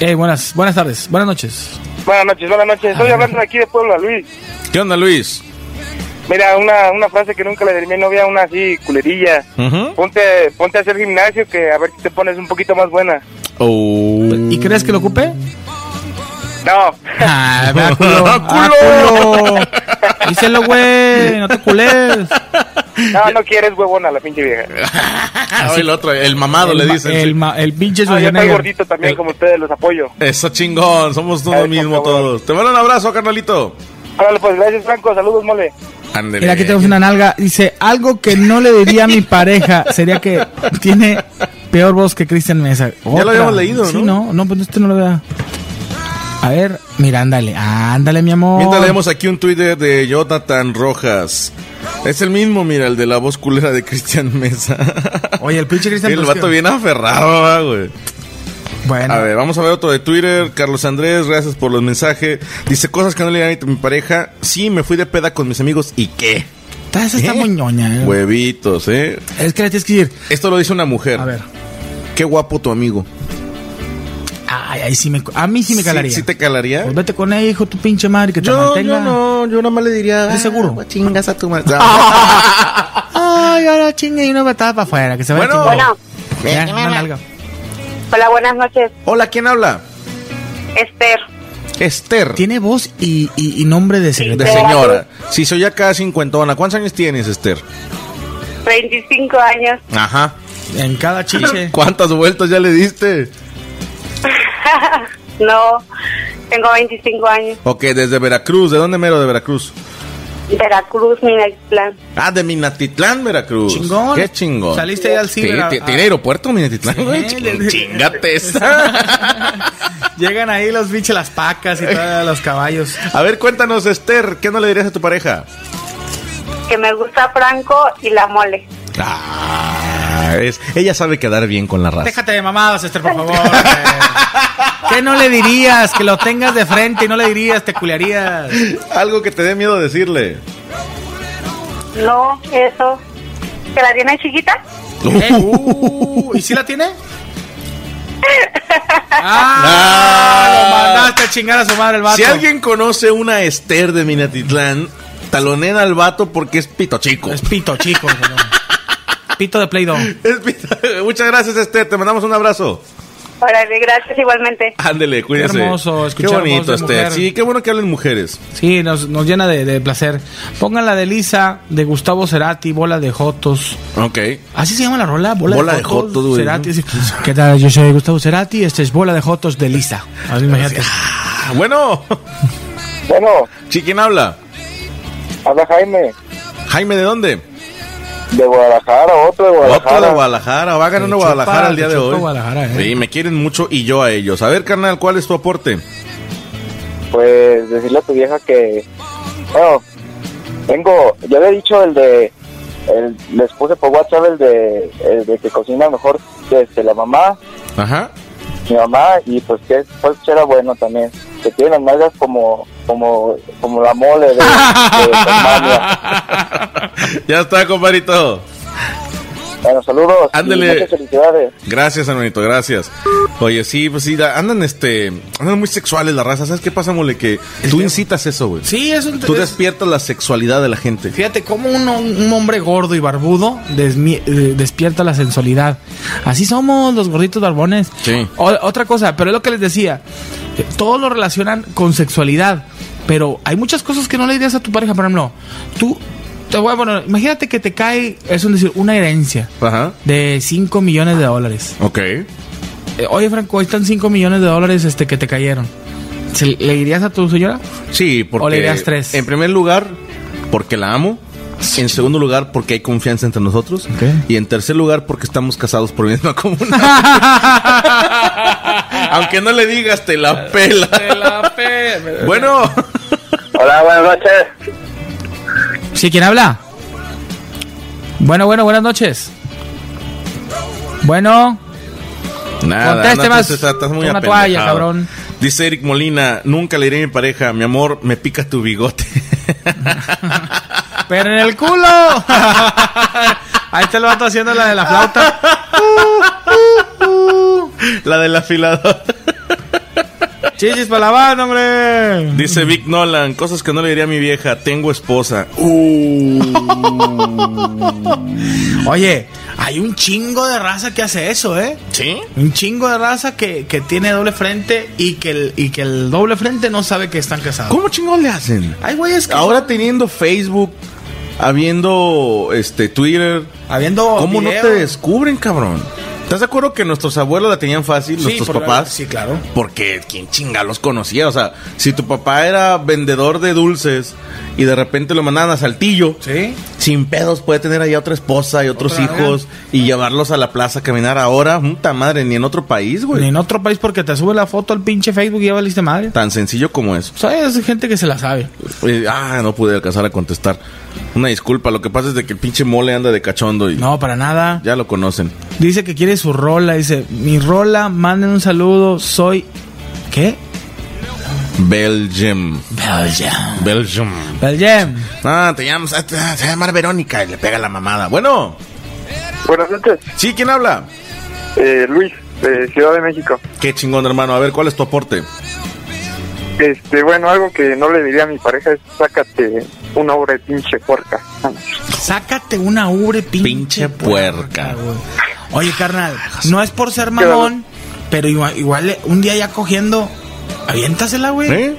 B: Eh, buenas, buenas tardes, buenas noches.
L: Buenas noches, buenas noches. Estoy hablando de aquí de Puebla, Luis.
C: ¿Qué onda, Luis?
L: Mira, una, una frase que nunca le diría a mi novia, una así culerilla.
C: Ujú.
L: Ponte, ponte a hacer gimnasio que a ver si te pones un poquito más buena.
C: Oh.
B: ¿Y crees que lo ocupe?
L: No,
B: Ah, vea, culo. Ah, culo. Díselo, güey, no te culés.
L: no, no quieres huevona la pinche vieja.
C: Ah, el otro, el mamado
B: el,
C: le
B: ma-
C: dicen. sí.
B: El, ma- el pinche
L: Ah, yo estoy
B: Schwarzenegger.
L: gordito también
C: Eh.
L: como ustedes, los apoyo.
C: Eso chingón, somos todos
L: Ay,
C: mismos
L: por favor.
C: todos. Te mando un abrazo, carnalito.
L: Órale, pues gracias Franco, saludos mole.
C: Ándele.
B: Mira, aquí tenemos una nalga. Dice, algo que no le diría a mi pareja sería que tiene peor voz que Cristian Mesa.
C: Ya lo habíamos leído,
B: Sí,
C: ¿no?
B: no, no, pues este no lo vea. A ver, mira, ándale, ándale, mi amor.
C: Mientras leemos aquí un Twitter de Jonathan Rojas. Es el mismo, mira, el de la voz culera de Cristian Mesa.
B: Oye, el pinche Cristian
C: el
B: pues,
C: vato
B: que-
C: bien aferrado, ah, güey.
B: Bueno,
C: A ver, vamos a ver otro de Twitter. Carlos Andrés, gracias por los mensajes. Dice cosas que no le dirían a mi pareja. Sí, me fui de peda con mis amigos. ¿Y qué?
B: esa está muy ñoña. eh.
C: Huevitos, ¿eh?
B: Es que le tienes que decir,
C: Esto lo dice una mujer.
B: a ver,
C: Qué guapo tu amigo.
B: ay, ahí sí me, a mí sí me calaría.
C: ¿Sí, te calaría?
B: Pues vete con ella, hijo, tu pinche madre, que te
C: Yo,
B: mantenga.
C: yo no, yo nada más le diría.
B: ¿Estás seguro?
C: "Ah, Chingas a tu madre.
B: Ay, ahora chinga y una patada para afuera, que se vaya
C: Bueno.
B: chingando.
M: Bueno,
B: Ya, una nalga.
M: hola, buenas noches.
C: Hola, ¿quién habla?
M: Esther.
C: Esther.
B: Tiene voz y, y- y nombre de
C: De
B: secretaria.
C: señora. Si soy acá cincuentona. ¿Cuántos años tienes, Esther?
M: 25 años.
C: Ajá.
B: En cada chiche.
C: ¿Cuántas vueltas ya le diste?
M: no, tengo 25 años.
C: Ok, desde Veracruz. ¿De dónde mero de Veracruz?
M: Veracruz, Minatitlán.
C: Ah, de Minatitlán, Veracruz.
B: Chingón.
C: Qué chingón.
B: Saliste ahí al
C: Sí,
B: ciber a-
C: ti-
B: a-
C: tiene aeropuerto Minatitlán, güey.
B: Sí,
C: Ching-
B: le-
C: Chingate esa.
B: Llegan ahí los bichos, las pacas y todos los caballos.
C: A ver, cuéntanos, Esther, ¿qué no le dirías a tu pareja?
M: Que me gusta Franco y la mole.
C: Ah, es, ella sabe quedar bien con la raza.
B: Déjate de mamadas, Esther, por favor. güey. ¿Qué no le dirías? Que lo tengas de frente y no le dirías, te culearías.
C: Algo que te dé miedo decirle.
M: No, eso. ¿Que la tiene chiquita?
B: Eh, uh, ¿Y si la tiene?
C: Ah.
B: Ah, Lo mandaste a chingar a su madre el vato.
C: Si alguien conoce una Esther de Minatitlán, talonena al vato porque es pito chico.
B: Es pito chico. cabrón. Pito de Play Doh.
C: Es pito- Muchas gracias, Esther. Te mandamos un abrazo.
M: Órale, gracias igualmente.
C: Ándele, cuídese.
B: Qué hermoso
C: Qué
B: escuchar voz
C: bonito,
B: de
C: Esther.
B: mujer.
C: Sí, qué bueno que hablen mujeres.
B: Sí, nos, nos llena de, de placer. Pongan la de Lisa, de Gustavo Cerati, Bola de Jotos.
C: Ok.
B: Así se llama la rola, Bola,
C: Bola de
B: de Jotos.
C: Jotos, güey,
B: Cerati,
C: ¿no?
B: sí. ¿Qué tal? Yo soy Gustavo Cerati, este es Bola de Jotos de Lisa. Así imagínate.
C: Ah, Bueno,
L: Bueno,
C: ¿sí quién habla?
L: habla Jaime,
C: Jaime, ¿de dónde?
L: de Guadalajara, otro de Guadalajara.
C: Otro de Guadalajara. Va ganando
B: Te chupa-
C: Guadalajara el día
B: te
C: de
B: chupa
C: hoy.
B: Guadalajara, eh.
C: Sí, me quieren mucho y yo a ellos. A ver, carnal, ¿cuál es tu aporte?
L: Pues decirle a tu vieja que. Bueno, tengo. Yo había dicho el de. el- les puse por WhatsApp el de, el de que cocina mejor desde la mamá,
C: Ajá.
L: mi mamá, y pues que pues que era bueno también. Que tiene las nalgas como. como. como la mole de. de Tasmania.
C: Ya está, compadrito.
L: Bueno, saludos. y
C: Ándele.
L: Muchas felicidades.
C: Gracias, hermanito, gracias. Oye, sí, pues sí, da- andan este, andan muy sexuales la raza. ¿Sabes qué pasa, mole? Que tú incitas eso, güey.
B: Sí, es un...
C: Tú
B: es-
C: despiertas la sexualidad de la gente.
B: Fíjate cómo un, un hombre gordo y barbudo desmi- eh, despierta la sensualidad. Así somos los gorditos barbones.
C: Sí.
B: O- otra cosa, pero es lo que les decía. eh, Todos lo relacionan con sexualidad. Pero hay muchas cosas que no le dirías a tu pareja. Por ejemplo, tú, te voy a poner- imagínate que te cae, es un decir, una herencia
C: Ajá.
B: de 5 millones de dólares.
C: Ok.
B: Eh, Oye, Franco, ahí están 5 millones de dólares este, que te cayeron. ¿Se- ¿Le dirías a tu señora?
C: Sí, porque.
B: O le dirías tres.
C: En primer lugar, porque la amo. En segundo lugar, porque hay confianza entre nosotros. Y en tercer lugar, porque estamos casados por misma comuna. Aunque no le digas, te la pela. Bueno,
L: Hola, buenas noches.
B: ¿Sí, quién habla? Bueno, bueno, buenas noches. Bueno,
C: nada.
B: Conteste
C: no,
B: más.
C: tú estás- estás muy
B: Una
C: apendejado.
B: toalla, cabrón.
C: Dice Eric Molina: Nunca le diré a mi pareja, mi amor, me pica tu bigote.
B: pero en el culo. Ahí está el vato haciendo la de la flauta.
C: la del afilador.
B: Chichis para la banda, hombre.
C: Dice Vic Nolan: Cosas que no le diría a mi vieja, tengo esposa.
B: Oye, hay un chingo de raza que hace eso, ¿eh?
C: ¿Sí?
B: Un chingo de raza que, que tiene doble frente y que, el, y que el doble frente no sabe que están casados.
C: ¿Cómo Ah, chingón le hacen?
B: Ay, güey, es que
C: Ahora teniendo Facebook, habiendo este Twitter,
B: habiendo
C: ¿cómo
B: videos-
C: no te descubren, cabrón? ¿Estás de acuerdo que nuestros abuelos la tenían fácil,
B: Sí,
C: nuestros
B: por la-
C: papás?
B: Sí, claro.
C: Porque quién chinga los conocía, o sea, si tu papá era vendedor de dulces y de repente lo mandaban a Saltillo,
B: Sí.
C: sin pedos puede tener ahí a otra esposa y otros
B: Otra
C: hijos y llevarlos a la plaza a caminar ahora, puta madre, ni en otro país,
B: Ni
C: güey.
B: en otro país porque te sube la foto al pinche Facebook y ya valiste madre.
C: Tan sencillo como eso.
B: O sea, es gente que se la sabe.
C: Eh, ah, no pude alcanzar a contestar. Una disculpa, lo que pasa es de que el pinche mole anda de cachondo y
B: No, para nada.
C: ya lo conocen.
B: Dice que quiere su rola. Dice, mi rola, manden un saludo. Soy... ¿Qué?
C: Belgium.
B: Belgium.
C: Belgium.
B: Belgium.
C: Ah, te llamas, ah, te- se llama Verónica y le pega la mamada. Bueno,
F: Buenas noches,
C: sí, ¿quién habla?
F: eh, Luis, de Ciudad de México.
C: Qué chingón, hermano. A ver, ¿cuál es tu aporte?
F: Este, bueno, algo que no le diría a mi pareja es sácate una obra de pinche puerca.
B: Sácate una ubre
C: Pinche
B: pinche,
C: puerca.
B: güey. Oye, carnal, no es por ser mamón, pero igual, igual, eh, un día ya cogiendo, aviéntasela, güey.
C: ¿Eh?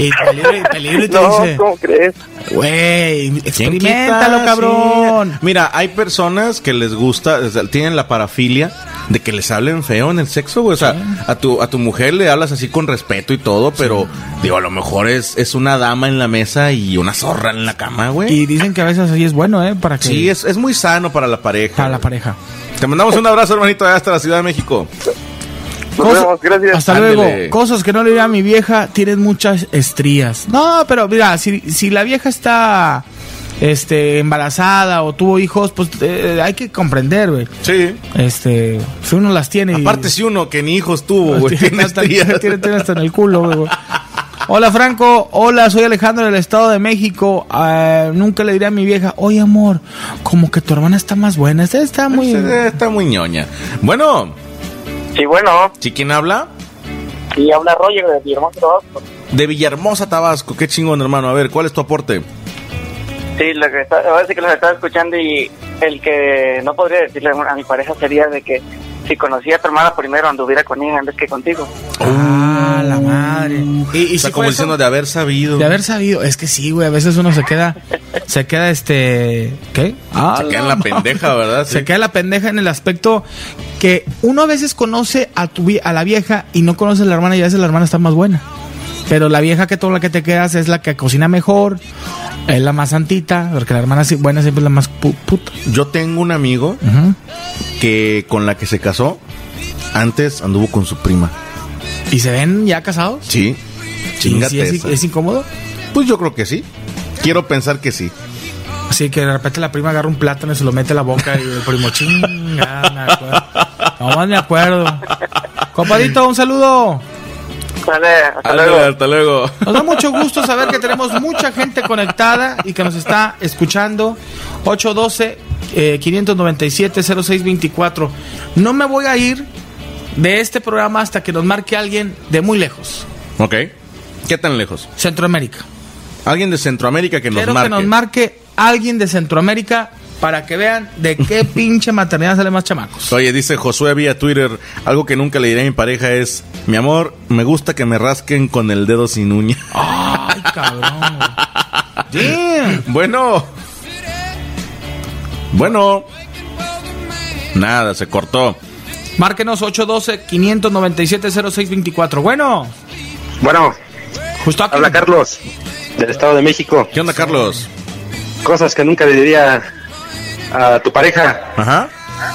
B: Y peligro, y peligro y te
F: No,
B: dice,
F: ¿cómo crees?
B: güey,
C: ¿Quién
B: experimentalo,
C: quita?
B: cabrón.
C: Sí. Mira, hay personas que les gusta, o sea, tienen la parafilia de que les hablen feo en el sexo, güey. O sea, a, tu, a tu mujer le hablas así con respeto y todo, pero digo, a lo mejor es, es una dama en la mesa y una zorra en la cama, güey.
B: Y dicen que a veces así es bueno, ¿eh? Para que...
C: Sí, es, es muy sano para la pareja.
B: Para la pareja.
C: Te mandamos un abrazo, hermanito, hasta la Ciudad de México.
B: Cosa-
C: gracias.
B: Hasta
C: Ándele.
B: luego. Cosas que no le diría a mi vieja, tienes muchas estrías. No, pero mira, si, si la vieja está este, embarazada o tuvo hijos, pues eh, hay que comprender, güey.
C: Sí.
B: Este, si uno las tiene. y-
C: Aparte, si uno que ni hijos tuvo, güey, tiene
B: hasta,
C: estrías.
B: tiene- tiene hasta en el culo, güey, güey. Hola Franco, hola, soy Alejandro del Estado de México. Ah, nunca le diré a mi vieja, oye amor, como que tu hermana está más buena. Esta está muy.
C: eh, Está muy ñoña. Bueno.
F: Sí, bueno.
C: ¿Sí quién habla?
F: Sí, habla Roger de Villahermosa, Tabasco.
C: De Villahermosa, Tabasco. Qué chingón, hermano. A ver, ¿cuál es tu aporte?
F: Sí, lo que está, ahora sí que los estaba escuchando y el que no podría decirle a mi pareja sería de que si conocía a tu hermana primero anduviera con ella en vez que contigo.
B: Ah, la madre. Y,
C: O sea, como diciendo de haber sabido.
B: De haber sabido, es que sí, güey, a veces uno se queda, se queda este, ¿qué? Ah,
C: Se queda en la pendeja, ¿verdad? Sí.
B: Se queda en la pendeja en el aspecto que uno a veces conoce a tu vie- a la vieja y no conoce a la hermana y a veces la hermana está más buena. Pero la vieja que toda la que te quedas es la que cocina mejor, es la más santita, porque la hermana si- buena siempre es la más pu- puta.
C: Yo tengo un amigo
B: Ujú.
C: que con la que se casó, antes anduvo con su prima.
B: ¿Y se ven ya casados?
C: Sí. Chingate
B: ¿Y si es,
C: esa.
B: es incómodo?
C: Pues yo creo que sí. Quiero pensar que sí.
B: Así que de repente la prima agarra un plátano y se lo mete a la boca y el primo chinga, me acuerdo. No más me acuerdo. Compadito, un saludo.
C: Ándale, Hasta luego.
B: Nos da mucho gusto saber que tenemos mucha gente conectada y que nos está escuchando. eh, 812-597-0624. No me voy a ir de este programa hasta que nos marque alguien de muy lejos.
C: Ok. ¿Qué tan lejos?
B: Centroamérica.
C: Alguien de Centroamérica que nos
B: Quiero
C: marque.
B: que nos marque alguien de Centroamérica para que vean de qué pinche maternidad sale más chamacos.
C: Oye, dice Josué vía Twitter, algo que nunca le diré a mi pareja es, mi amor, me gusta que me rasquen con el dedo sin uña.
G: Oh,
B: Ay, cabrón. güey. Ah, Damn.
C: Bueno. Bueno. Nada, se cortó.
B: Márquenos 812-597-0624. Bueno.
N: Bueno,
B: justo aquí.
N: Habla Carlos, del Estado de México.
C: ¿Qué onda, Carlos?
N: Cosas que nunca le diría a tu pareja.
C: Ajá.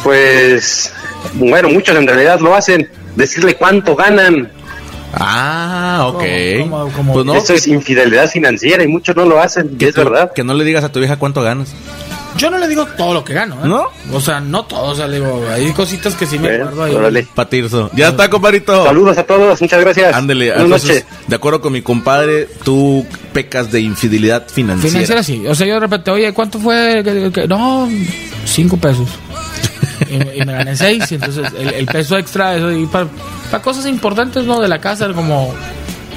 N: Pues, bueno, muchos en realidad lo hacen. Decirle cuánto ganan.
C: Ah, ok.
B: ¿Cómo, cómo, cómo?
C: Pues no,
N: Eso es infidelidad financiera y muchos no lo hacen, y es verdad.
C: que no le digas a tu vieja cuánto ganas.
B: Yo no le digo todo lo que gano, ¿eh?
C: ¿No?
B: O sea, no todo. O sea, le digo, hay cositas que sí me
N: Bueno,
B: acuerdo ahí.
N: órale.
C: Patirzo. Ya está, compadrito.
N: Saludos a todos, muchas gracias.
C: Ándele.
N: Buenas
C: Entonces,
N: noches.
C: de acuerdo con mi compadre, tú pecas de infidelidad financiera.
B: Financiera sí. O sea, yo de repente, oye, ¿cuánto fue? que- que- No, cinco pesos. Y, me- y me gané seis. y entonces, el, el peso extra, eso, y para, para cosas importantes, ¿no? De la casa, como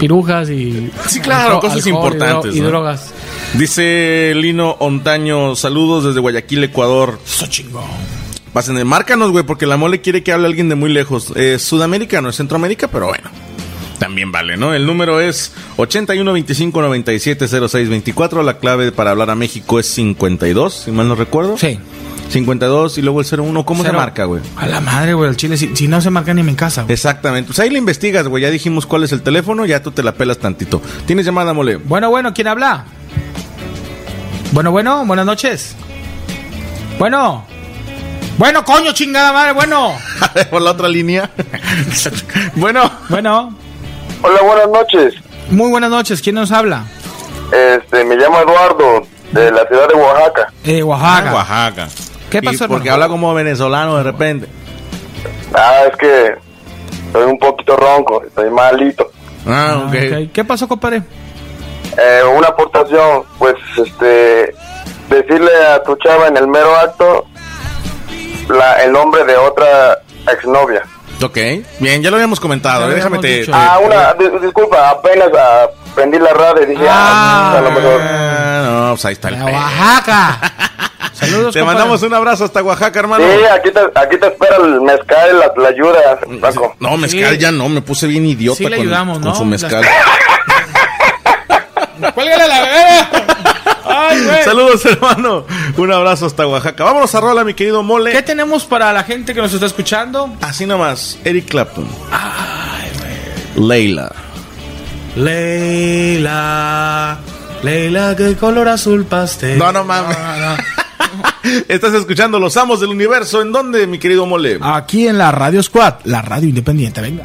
B: pirujas y.
C: Sí, claro,
B: alco-
C: cosas
B: alcohol y dro-
C: importantes.
B: Y,
C: ¿no?
B: drogas.
C: Dice Lino Ontaño, saludos desde Guayaquil, Ecuador.
B: Eso chingón.
C: Pásenle, márcanos, güey, porque la mole quiere que hable alguien de muy lejos. Eh, Sudamérica, no es Centroamérica, pero bueno. También vale, ¿no? El número es 8125970624. La clave para hablar a México es 52, si mal no recuerdo.
B: Sí.
C: 52 y luego el 01. ¿Cómo
B: Cero.
C: se marca, güey?
B: A la madre, güey, el chile, si, si no se marca ni en mi casa, güey.
C: Exactamente. Pues ahí le investigas, güey. Ya dijimos cuál es el teléfono, ya tú te la pelas tantito. ¿Tienes llamada, mole?
B: Bueno, bueno, ¿quién habla? Bueno, bueno, buenas noches. Bueno. Bueno, coño, chingada madre, bueno.
C: Por la otra línea. bueno.
B: Bueno.
O: Hola, buenas noches.
B: Muy buenas noches, ¿quién nos habla?
O: Este, me llamo Eduardo, de la ciudad de Oaxaca.
B: Eh, Oaxaca.
C: Ah, Oaxaca.
B: ¿Qué
C: Y
B: pasó,
C: Porque
B: hermano?
C: habla como venezolano de repente.
O: Ah, es que soy un poquito ronco, estoy malito.
C: Ah, ok.
B: Ok, ¿Qué pasó, compadre?
O: Eh, una aportación, pues, este, decirle a tu chava en el mero acto la, el nombre de otra exnovia.
C: Ok. Bien, ya lo habíamos comentado.
O: Ya lo
C: ¿eh? Déjame te.
O: Ah, una, di- disculpa, apenas aprendí la radio y dije, ah, a lo mejor.
C: Ah, no, pues ahí está el pe-
B: Oaxaca. Saludos,
C: Te
B: compadre.
C: mandamos un abrazo hasta Oaxaca, hermano.
O: Sí, aquí te, aquí te espera el mezcal, la, la ayuda, Paco.
C: No, mezcal ya no, me puse bien idiota
B: Sí le
C: con,
B: ayudamos,
C: con
B: ¿no?
C: su mezcal.
B: ¡Cuélgale la bebé! ¡Ay, güey.
C: Saludos, hermano. Un abrazo hasta Oaxaca. Vámonos a rola, mi querido Mole.
B: ¿Qué tenemos para la gente que nos está escuchando?
C: Así nomás, Eric Clapton. Leila.
B: Leila, Leila, de color azul pastel.
C: No, no mames. Estás escuchando Los Amos del Universo. ¿En dónde, mi querido Mole?
B: Aquí en la Radio Squad, la radio independiente, venga.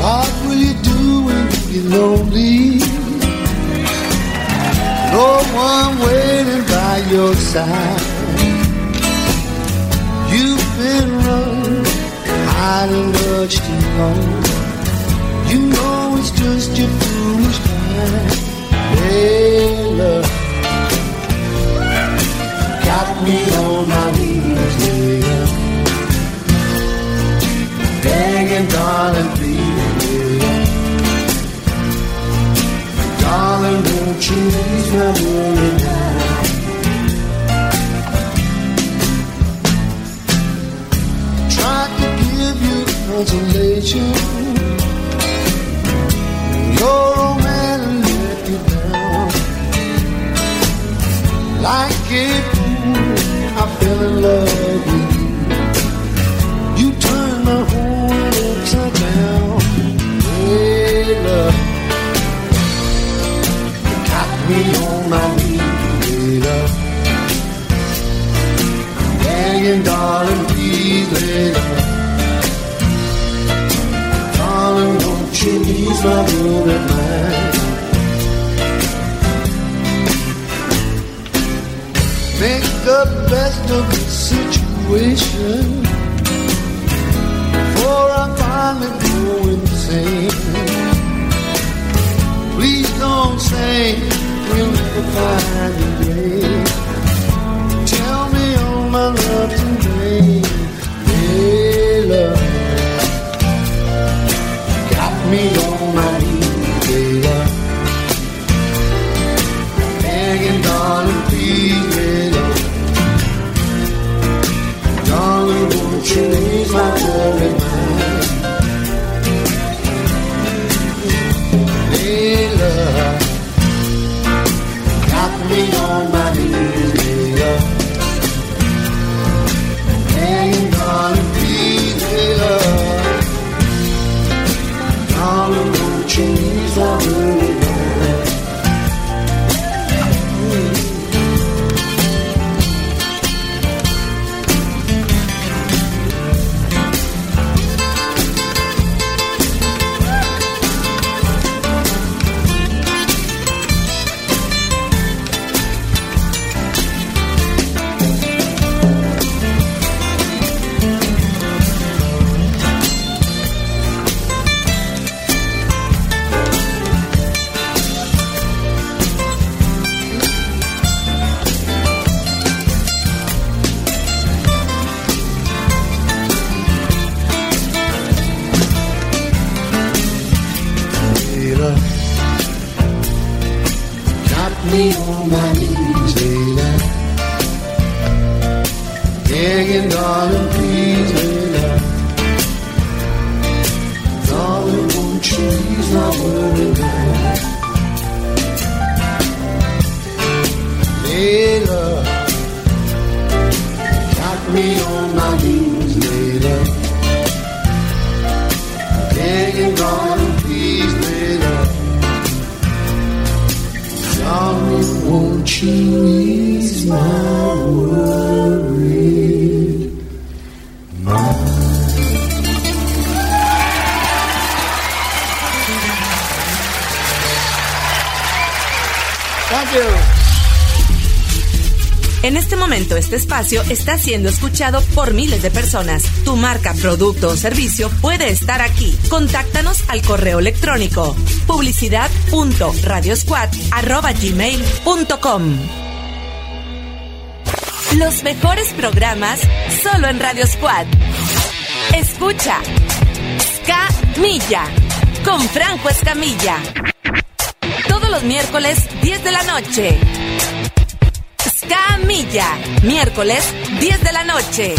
G: What will you do when you get lonely? No one waiting by your side. You've been running, hiding much too long. You know it's just your foolish mind. Hey, love. Got me on my knees, yeah. Begging, darling, please. Darling, won't you leave my worry now? Tried to give you consolation. Your old man let you down. Like a fool, I fell in love with you. You turn my whole world upside down. Hey, love. You Got me on my knees, hey, love. Begging, darling, please, hey, love. Darling, won't you leave my room at night? Make the best of the situation. Before I finally go insane. Please don't say we'll never find a way. Tell me all my love today. Hey, love. Got me on my knees, hey, love. Begging, darling, please, hey, love. Darling, won't you ease my worry mind? Hey, love, got me on my knees, hey, love. Hanging, darling, please, hey, love. Darling, won't you ease my worry mind? Layla. Got me on my knees, Layla. Begging, darling, please, Layla. Darling, won't you ease my worry now? Layla. Got me on my knees, Layla. Begging, darling, please, Layla. Darling, won't you ease my worry?
I: En En este momento este espacio está siendo escuchado por miles de personas. Tu marca, producto o servicio puede estar aquí. Contáctanos al correo electrónico publicidad.radiosquad@gmail.com. Los mejores programas solo en Radio Squad. Escucha Ska Milla con Franco Escamilla. Todos los miércoles 10 de la noche. Ska Milla, miércoles 10 de la noche.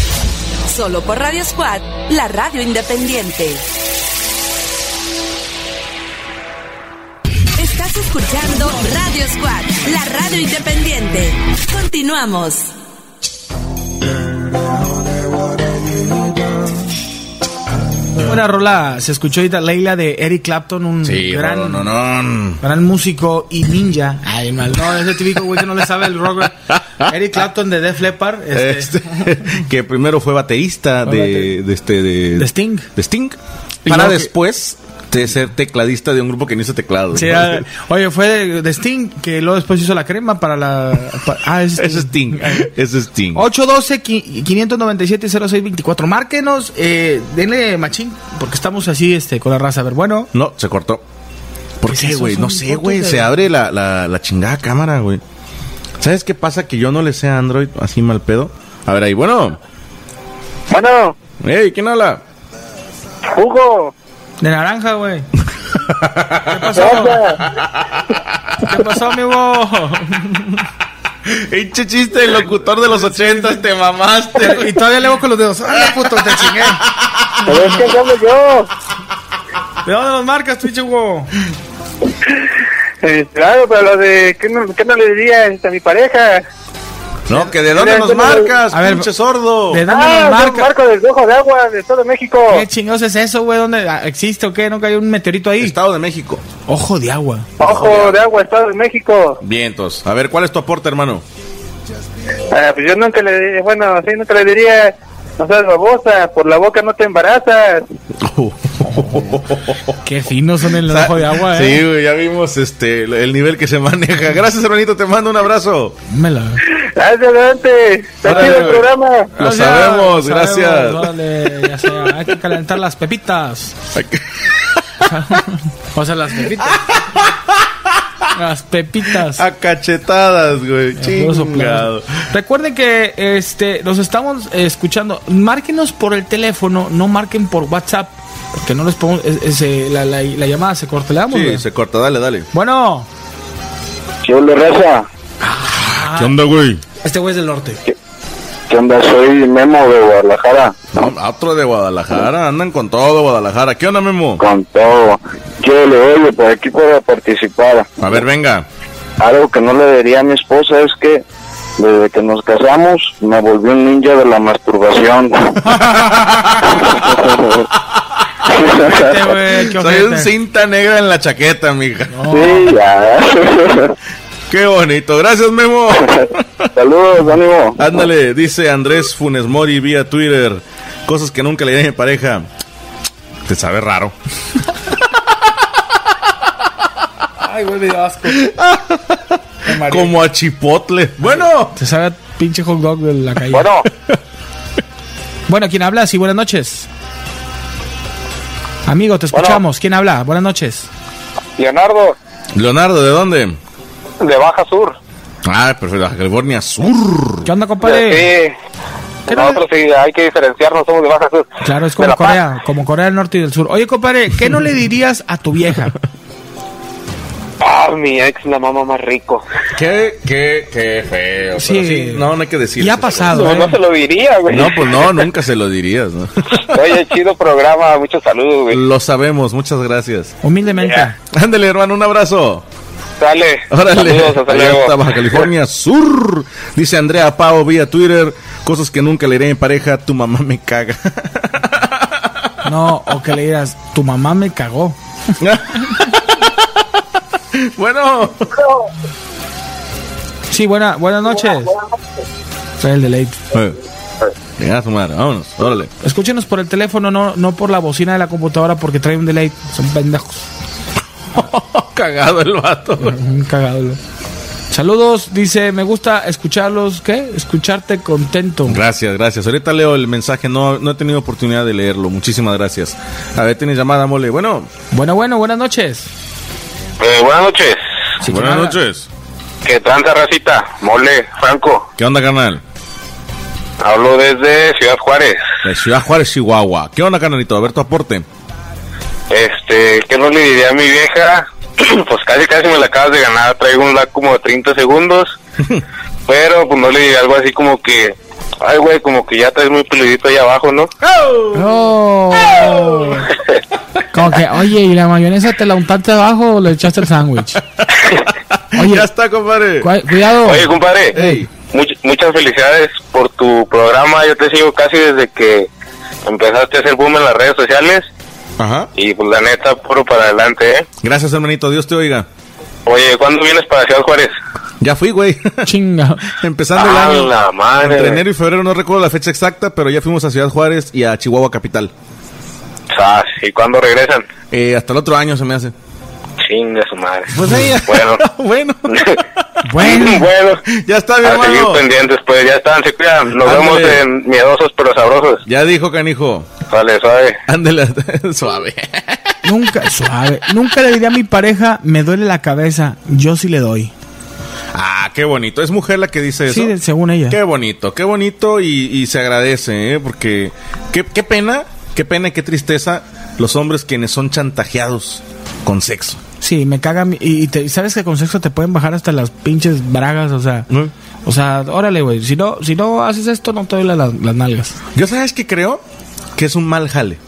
I: Solo por Radio Squad, la radio independiente. Estás escuchando Radio Squad, la radio independiente. Continuamos.
B: Buena rola, se escuchó ahorita Leila de Eric Clapton, un gran, gran músico y ninja. Ay, mal, no, ese típico güey que no le sabe el rock. Eric Clapton de Def Leppard. este,
C: Este, que primero fue baterista
B: Fue
C: de, de este de,
B: De Sting.
C: de Sting
B: Y
C: para
B: luego que-
C: después de ser tecladista de un grupo que no Este, hizo teclado.
B: Sí, ah, oye, fue de, de Sting que luego después hizo la crema para la. pa- ah, es Sting.
C: Es Sting, es Sting.
B: 812-597-0624. Márquenos, eh, denle machín, porque estamos así este, con la raza. A ver, bueno.
C: No, se cortó. ¿Por
B: Pues
C: qué,
B: esos
C: güey? No
B: son
C: sé,
B: fotos
C: güey.
B: de-
C: Se abre la, la, la chingada cámara, güey. ¿Sabes qué pasa? Que yo no le sé a Android así mal pedo. A ver ahí, bueno.
J: Bueno.
C: Ey, ¿quién habla?
J: Hugo.
B: De naranja, güey. ¿Qué pasó? ¿Qué pasó, amigo?
C: Pinche chiste del locutor de los ochentas, te mamaste.
B: Y todavía le hago con los dedos. ¡Ay, puto, te chingué!
L: Pero es que llamo yo.
B: ¿De dónde nos marcas, pinche Hugo?
J: Eh, claro, pero lo de. ¿Qué no, qué no le diría este, a mi pareja?
C: No, que de dónde
J: Mira, este
C: nos
J: yo no-
C: marcas,
B: A ver,
C: pinche sordo.
B: ¿De dónde
J: Ah,
B: nos
J: marca?
B: marcas?
J: Marco del Ojo de Agua de todo México.
B: ¿Qué chingados es eso, güey? ¿Dónde ah, existe o qué? ¿No cayó un meteorito ahí?
C: Estado de México.
B: Ojo de agua.
J: Ojo de Agua, Estado de México.
C: Vientos. A ver, ¿cuál es tu aporte, hermano?
J: Ah, pues yo nunca le diría, bueno, sí, nunca le diría, no seas babosa, por la boca no te embarazas.
B: Qué finos son el ojo de agua, eh.
C: Sí, güey, ya vimos este el nivel que se maneja. Gracias, hermanito, te mando un abrazo.
B: Me la-
J: Gracias, adelante. Está
C: Órale,
J: chido el
C: güey.
J: programa.
C: Lo
B: Gracias,
C: sabemos,
B: lo
C: gracias.
B: órale, ya sea, hay que calentar las pepitas. O sea, las pepitas. Las pepitas.
C: A cachetadas, güey.
B: Puedo soplar.
C: Chingado.
B: Recuerden que este los estamos eh, escuchando. Márquenos por el teléfono, no marquen por WhatsApp, porque no les podemos es- es, eh, la, la- la llamada se corta, le damos,
C: Sí,
B: güey?
C: se corta, dale, dale.
B: Bueno,
L: ¿Qué onda, raza?
C: ¿Qué onda, güey?
B: este güey es del norte.
L: ¿Qué onda? Soy Memo de Guadalajara.
C: otro de Guadalajara, andan con todo Guadalajara. ¿Qué onda, Memo?
L: Con todo. Yo le oye por aquí para participar.
C: A ver, venga.
L: Algo que no le diría a mi esposa es que desde que nos casamos me volví un ninja de la masturbación.
B: Este Eh,
C: Soy un cinta negra en la chaqueta, mija.
L: sí, ya.
C: Qué bonito. Gracias, Memo.
L: Saludos, ánimo.
C: Ándale, dice Andrés Funes Mori vía Twitter. Cosas que nunca le diré a mi pareja. Te sabe raro.
B: Ay, güey, me dio asco.
C: Como a chipotle. Bueno.
B: Se sabe a pinche hot dog de la calle.
L: Bueno.
B: Bueno, ¿quién habla? Sí, buenas noches. Amigo, te escuchamos. ¿Quién habla? Buenas noches.
J: Leonardo,
C: Leonardo, ¿de dónde?
J: de Baja Sur.
C: Ah, perfecto. California Sur.
B: ¿Qué onda, compadre?
J: Sí. Nosotros sí, hay que diferenciarnos, somos de Baja Sur.
B: Claro, es como
J: De La Paz.
B: Corea, como Corea del Norte y del Sur. Oye, compadre, ¿qué no le dirías a tu vieja?
J: Ah, mi ex la mamá más rico.
C: Qué, qué, qué feo.
B: Sí.
C: pero sí, no, no hay que decir.
B: Ya ha pasado,
J: No,
B: ¿eh?
J: no se lo diría, güey.
C: No, pues no, nunca se lo dirías. ¿no?
J: Oye, chido programa, muchos saludos, güey.
C: Lo sabemos, muchas gracias.
B: Humildemente.
J: Ya.
C: Ándale, hermano, un abrazo.
J: Dale.
C: Órale.
J: Saludos, hasta
C: Allá
J: luego.
C: está Baja California Sur. Dice Andrea Pau vía Twitter. Cosas que nunca le diré a mi pareja. Tu mamá me caga.
B: No, o que le digas, tu mamá me cagó.
C: bueno.
B: Sí, buena, buenas noches. Soy el de Leite.
C: Eh, Venga, su madre, vámonos. Órale.
B: Escúchenos por el teléfono, no, no por la bocina de la computadora porque trae un delay. Son pendejos.
C: Cagado el vato.
B: Un cagado. ¿no? Saludos, dice, me gusta escucharlos, ¿qué? Escucharte contento.
C: Gracias, gracias. Ahorita leo el mensaje, no, no he tenido oportunidad de leerlo. Muchísimas gracias. A ver, tienes llamada, mole. Bueno.
B: Bueno, bueno, buenas noches.
P: Eh, buenas noches.
C: Buenas noches.
P: ¿Qué tranza, racita? Mole, Franco.
C: ¿Qué onda, carnal?
P: Hablo desde Ciudad Juárez.
C: De Ciudad Juárez, Chihuahua. ¿Qué onda, carnalito? A ver tu aporte.
P: Este, ¿qué no le diría a mi vieja? pues casi, casi me la acabas de ganar. Traigo un lag como de 30 segundos. pero, pues no le diría algo así como que... Ay, güey, como que ya traes muy peludito ahí abajo, ¿no?
B: Oh. Como que, oye, ¿y la mayonesa te la untaste abajo o le echaste el sándwich? Oye,
C: ya está, compadre.
B: cuidado.
P: Oye, compadre. much- muchas felicidades por tu programa. Yo te sigo casi desde que empezaste a hacer boom en las redes sociales.
C: Ajá.
P: Y pues la neta, puro para adelante, ¿eh?
C: Gracias, hermanito. Dios te oiga.
P: Oye, ¿cuándo vienes para Ciudad Juárez?
C: Ya fui, güey.
B: Chinga.
C: Empezando el
P: ¡A
C: año.
P: la madre!
C: Entre enero y febrero no recuerdo la fecha exacta, pero ya fuimos a Ciudad Juárez y a Chihuahua capital.
P: Sas, ¿Y cuándo regresan?
C: Eh, hasta el otro año se me hace.
P: Chinga su madre.
C: Pues ahí.
P: Bueno,
C: bueno.
P: bueno,
C: Ya está, mi
P: a seguir
C: hermano.
P: pendientes, pues ya están, se cuidan. Nos
C: Ándale.
P: vemos eh. en Miedosos pero Sabrosos.
C: Ya dijo, canijo.
P: Vale, suave.
C: Ándale, suave.
B: Nunca, suave. Nunca le diría a mi pareja, me duele la cabeza. Yo sí le doy.
C: Ah, qué bonito. Es mujer la que dice eso.
B: Sí, de- según ella.
C: Qué bonito, qué bonito y, y se agradece, ¿eh? porque qué, qué pena, qué pena y qué tristeza los hombres quienes son chantajeados con sexo.
B: Sí, me caga. mi- Y, y te- sabes que con sexo te pueden bajar hasta las pinches bragas, o sea. O sea, órale, güey. Si no, si no haces esto, no te doy la- la- las nalgas.
C: Yo sabes que creo que es un mal jale.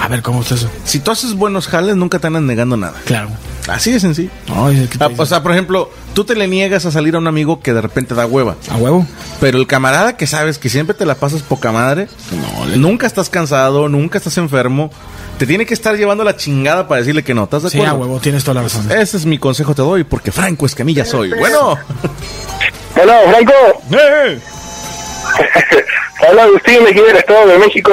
B: A ver, ¿cómo es eso?
C: Si tú haces buenos jales, nunca te andan negando nada.
B: Claro.
C: Así de sencillo. Ah, o sea, por ejemplo, tú te le niegas a salir a un amigo que de repente da hueva.
B: A huevo.
C: Pero el camarada que sabes que siempre te la pasas poca madre, nunca estás cansado, nunca estás enfermo, te tiene que estar llevando la chingada para decirle que no. ¿Estás de
B: Sí,
C: acuerdo?
B: a huevo, tienes toda la razón.
C: Ese es mi consejo te doy, porque Franco Escamilla soy. Bueno.
D: Hello, Franco.
C: Eh. Hola, Agustín Mejía del Estado de México.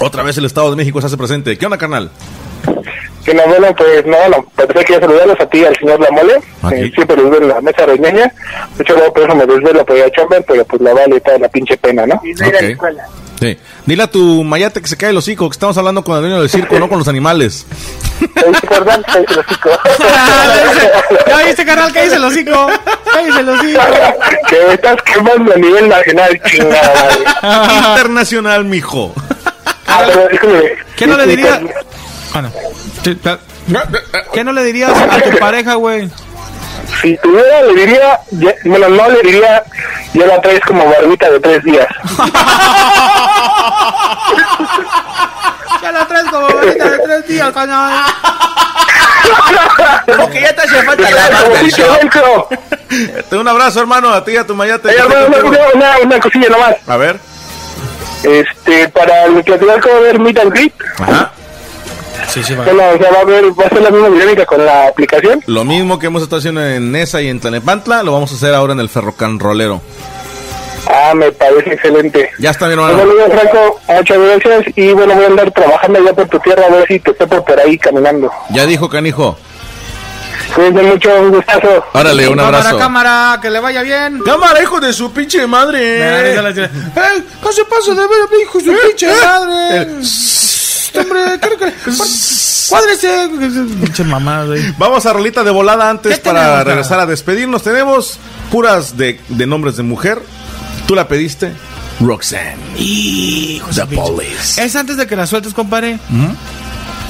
C: Otra vez el Estado de México se hace presente. ¿Qué onda, carnal?
D: Que la bueno, pues nada, la, pensé que ya saludarlos a ti, al señor La Mole. Eh, siempre los veo en la mesa reñeña. De hecho, luego por eso me desvelo por ir a chamber, pero pues la vale toda la pinche pena, ¿no?
C: Ok. Sí. Dile a tu mayate que se cae el hocico, que estamos hablando con el dueño del circo, no con los animales.
B: ¿Ya viste, carnal? ¿Qué dice el hocico? ¿Qué dice el hocico?
D: que me estás quemando a nivel nacional, chingada madre.
C: Internacional, mijo.
D: Ah, pero discúlpeme.
B: ¿Qué no le
D: Sí, sí,
B: diría?
D: pues,
B: ¿Qué no le dirías a tu pareja, güey?
D: Si tuviera, le diría, ya- bueno, no le diría, ya la traes como barbita de tres días.
B: Ya la traes como bonita de tres días, carnal.
C: Porque ya te hace falta la Te doy un abrazo, hermano, a ti y a tu mayate.
D: Oye,
C: Que
D: hermano,
C: te-
D: una, una, una- una cosilla nomás.
C: A ver.
D: Este, para el que va a ver Meet and Greet,
B: Sí, sí, va.
D: bueno, o sea, va a ver, va a ser la misma dinámica con la aplicación.
C: Lo mismo que hemos estado haciendo en Nesa y en Tlanepantla, lo vamos a hacer ahora en el Ferrocan Rolero.
D: Ah, me parece excelente.
C: Ya está, mi
D: Pues,
C: hermano.
D: Bueno, Franco, muchas gracias y bueno, voy a andar trabajando allá por tu tierra a ver si te topo por ahí caminando.
C: Ya dijo, canijo.
D: Cuídense mucho, un gustazo.
C: Órale, un
B: Cámara,
C: abrazo.
B: cámara, que le vaya bien.
C: Cámara, hijo de su pinche madre.
B: ¿Qué se pasa Eh, de ver, hijo de su pinche madre? Hombre, creo que. Cuádrese. Pinche mamá, güey.
C: Vamos a rolita de volada antes
B: ¿Qué
C: para
B: tenemos, cara?
C: regresar a despedirnos. Tenemos puras de, de nombres de mujer. Tú la pediste, Roxanne. Hijo The Police.
B: Es antes de que la sueltes, compadre.
C: ¿Mm?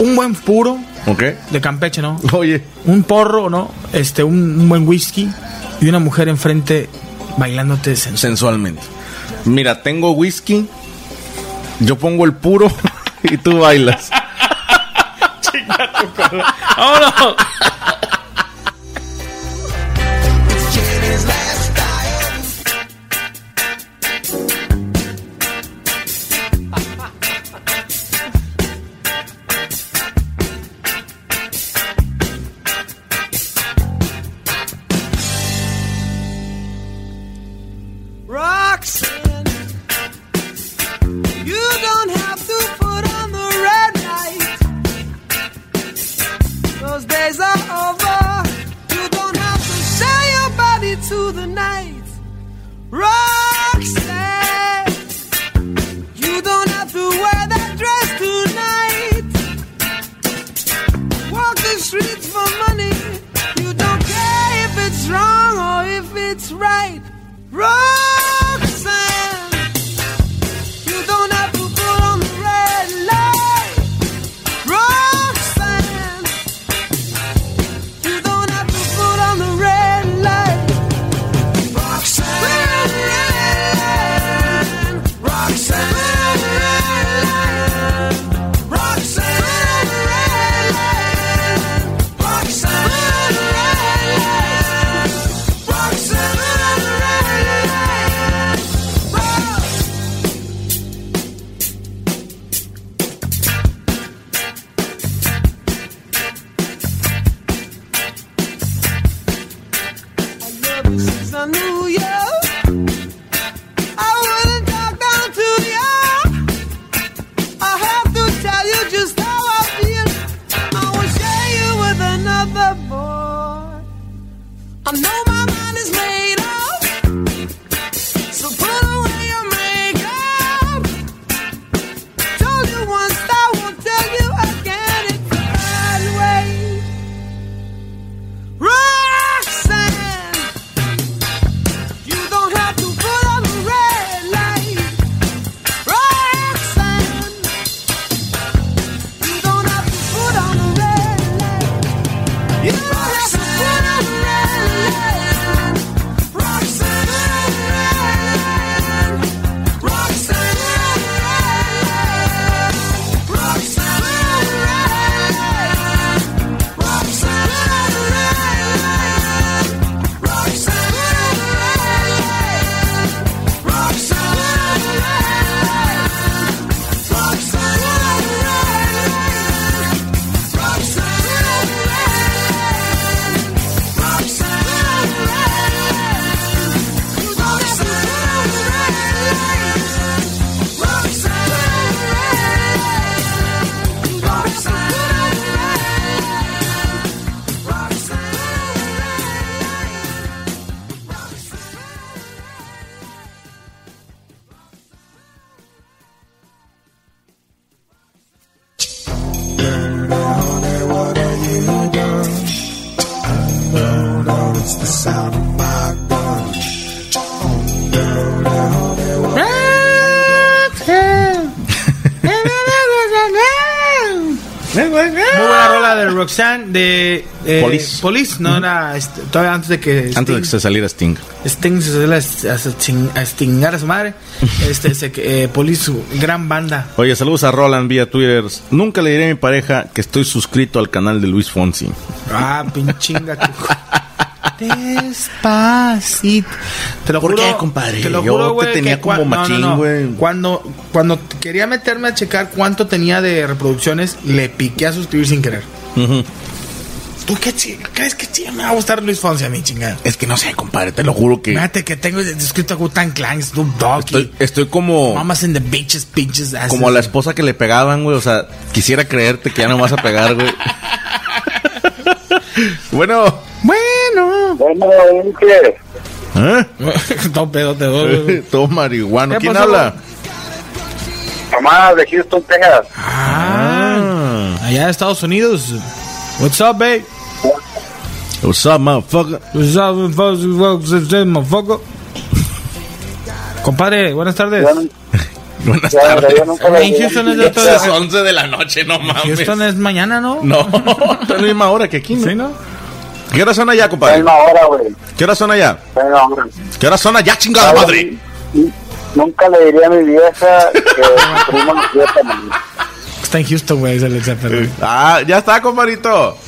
B: Un buen puro
C: ¿Ok?
B: de Campeche, ¿no?
C: Oye.
B: Un porro, ¿no? Este, un, un buen whisky y una mujer enfrente bailándote sensual.
C: Sensualmente. Mira, tengo whisky. Yo pongo el puro y tú bailas.
B: ¡Vámonos!
Q: Roxanne, you don't have to put on the red light. Those days are over.
B: Muy buena rola de Roxanne de eh,
C: Police.
B: no era este, todavía antes de que
C: Antes de que se saliera Sting.
B: Sting se saliera a sting- a stingar a su madre. Este, se, que- eh, Police, su gran banda.
C: Oye, saludos a Roland vía Twitter. Nunca le diré a mi pareja que estoy suscrito al canal de Luis Fonsi.
B: Ah, pinchinga. que- Despacito. Te lo
C: ¿Por
B: juro,
C: qué, compadre?
B: Te lo
C: Yo
B: juro,
C: te
B: güey,
C: tenía
B: que
C: como
B: cua- no, no,
C: machín,
B: no.
C: güey.
B: Cuando, cuando quería meterme a checar cuánto tenía de reproducciones, le piqué a suscribir sin querer. ¿Tú qué chi- crees que sí me va a gustar Luis Fonsi a mí, chingada?
C: Es que no sé, compadre, te lo juro que.
B: Fíjate que tengo escrito a Gutan Clan, Snoop Dogg,
C: Estoy, estoy como.
B: y Mamas in the Bitches, Pinches asses.
C: Como la esposa que le pegaban, güey. O sea, quisiera creerte que ya no vas a pegar, güey. bueno.
B: Bueno.
R: Bueno, ¿qué?
C: ¿Eh?
B: Todo pedo, te doy.
C: Todo marihuano.
R: ¿Qué
C: ¿Quién
R: pasó?
C: habla?
R: Tomás de Houston, Texas.
B: Ah, allá de Estados Unidos. What's up, babe?
C: What's up, motherfucker?
B: What's up, motherfucker? motherfucker? Compadre, buenas tardes.
C: Buenas
B: Ya,
C: tardes.
B: ya nunca la vi. En Houston es de todo-
C: Las 11 de la noche, no mames.
B: Houston es mañana, ¿no?
C: No, está en la misma hora que aquí, ¿no?
B: Sí, ¿no?
C: ¿Qué hora son allá, compadre?
R: Misma hora, güey.
C: ¿Qué hora son allá?
R: Bueno, hombre.
C: ¿Qué hora son allá, chingada
R: Ahora,
C: madre?
R: n- Nunca le diría a mi vieja que mi primo nos dio también.
B: Está en Houston, güey, es el Zeppelin.
C: Ah, ya está, compadrito.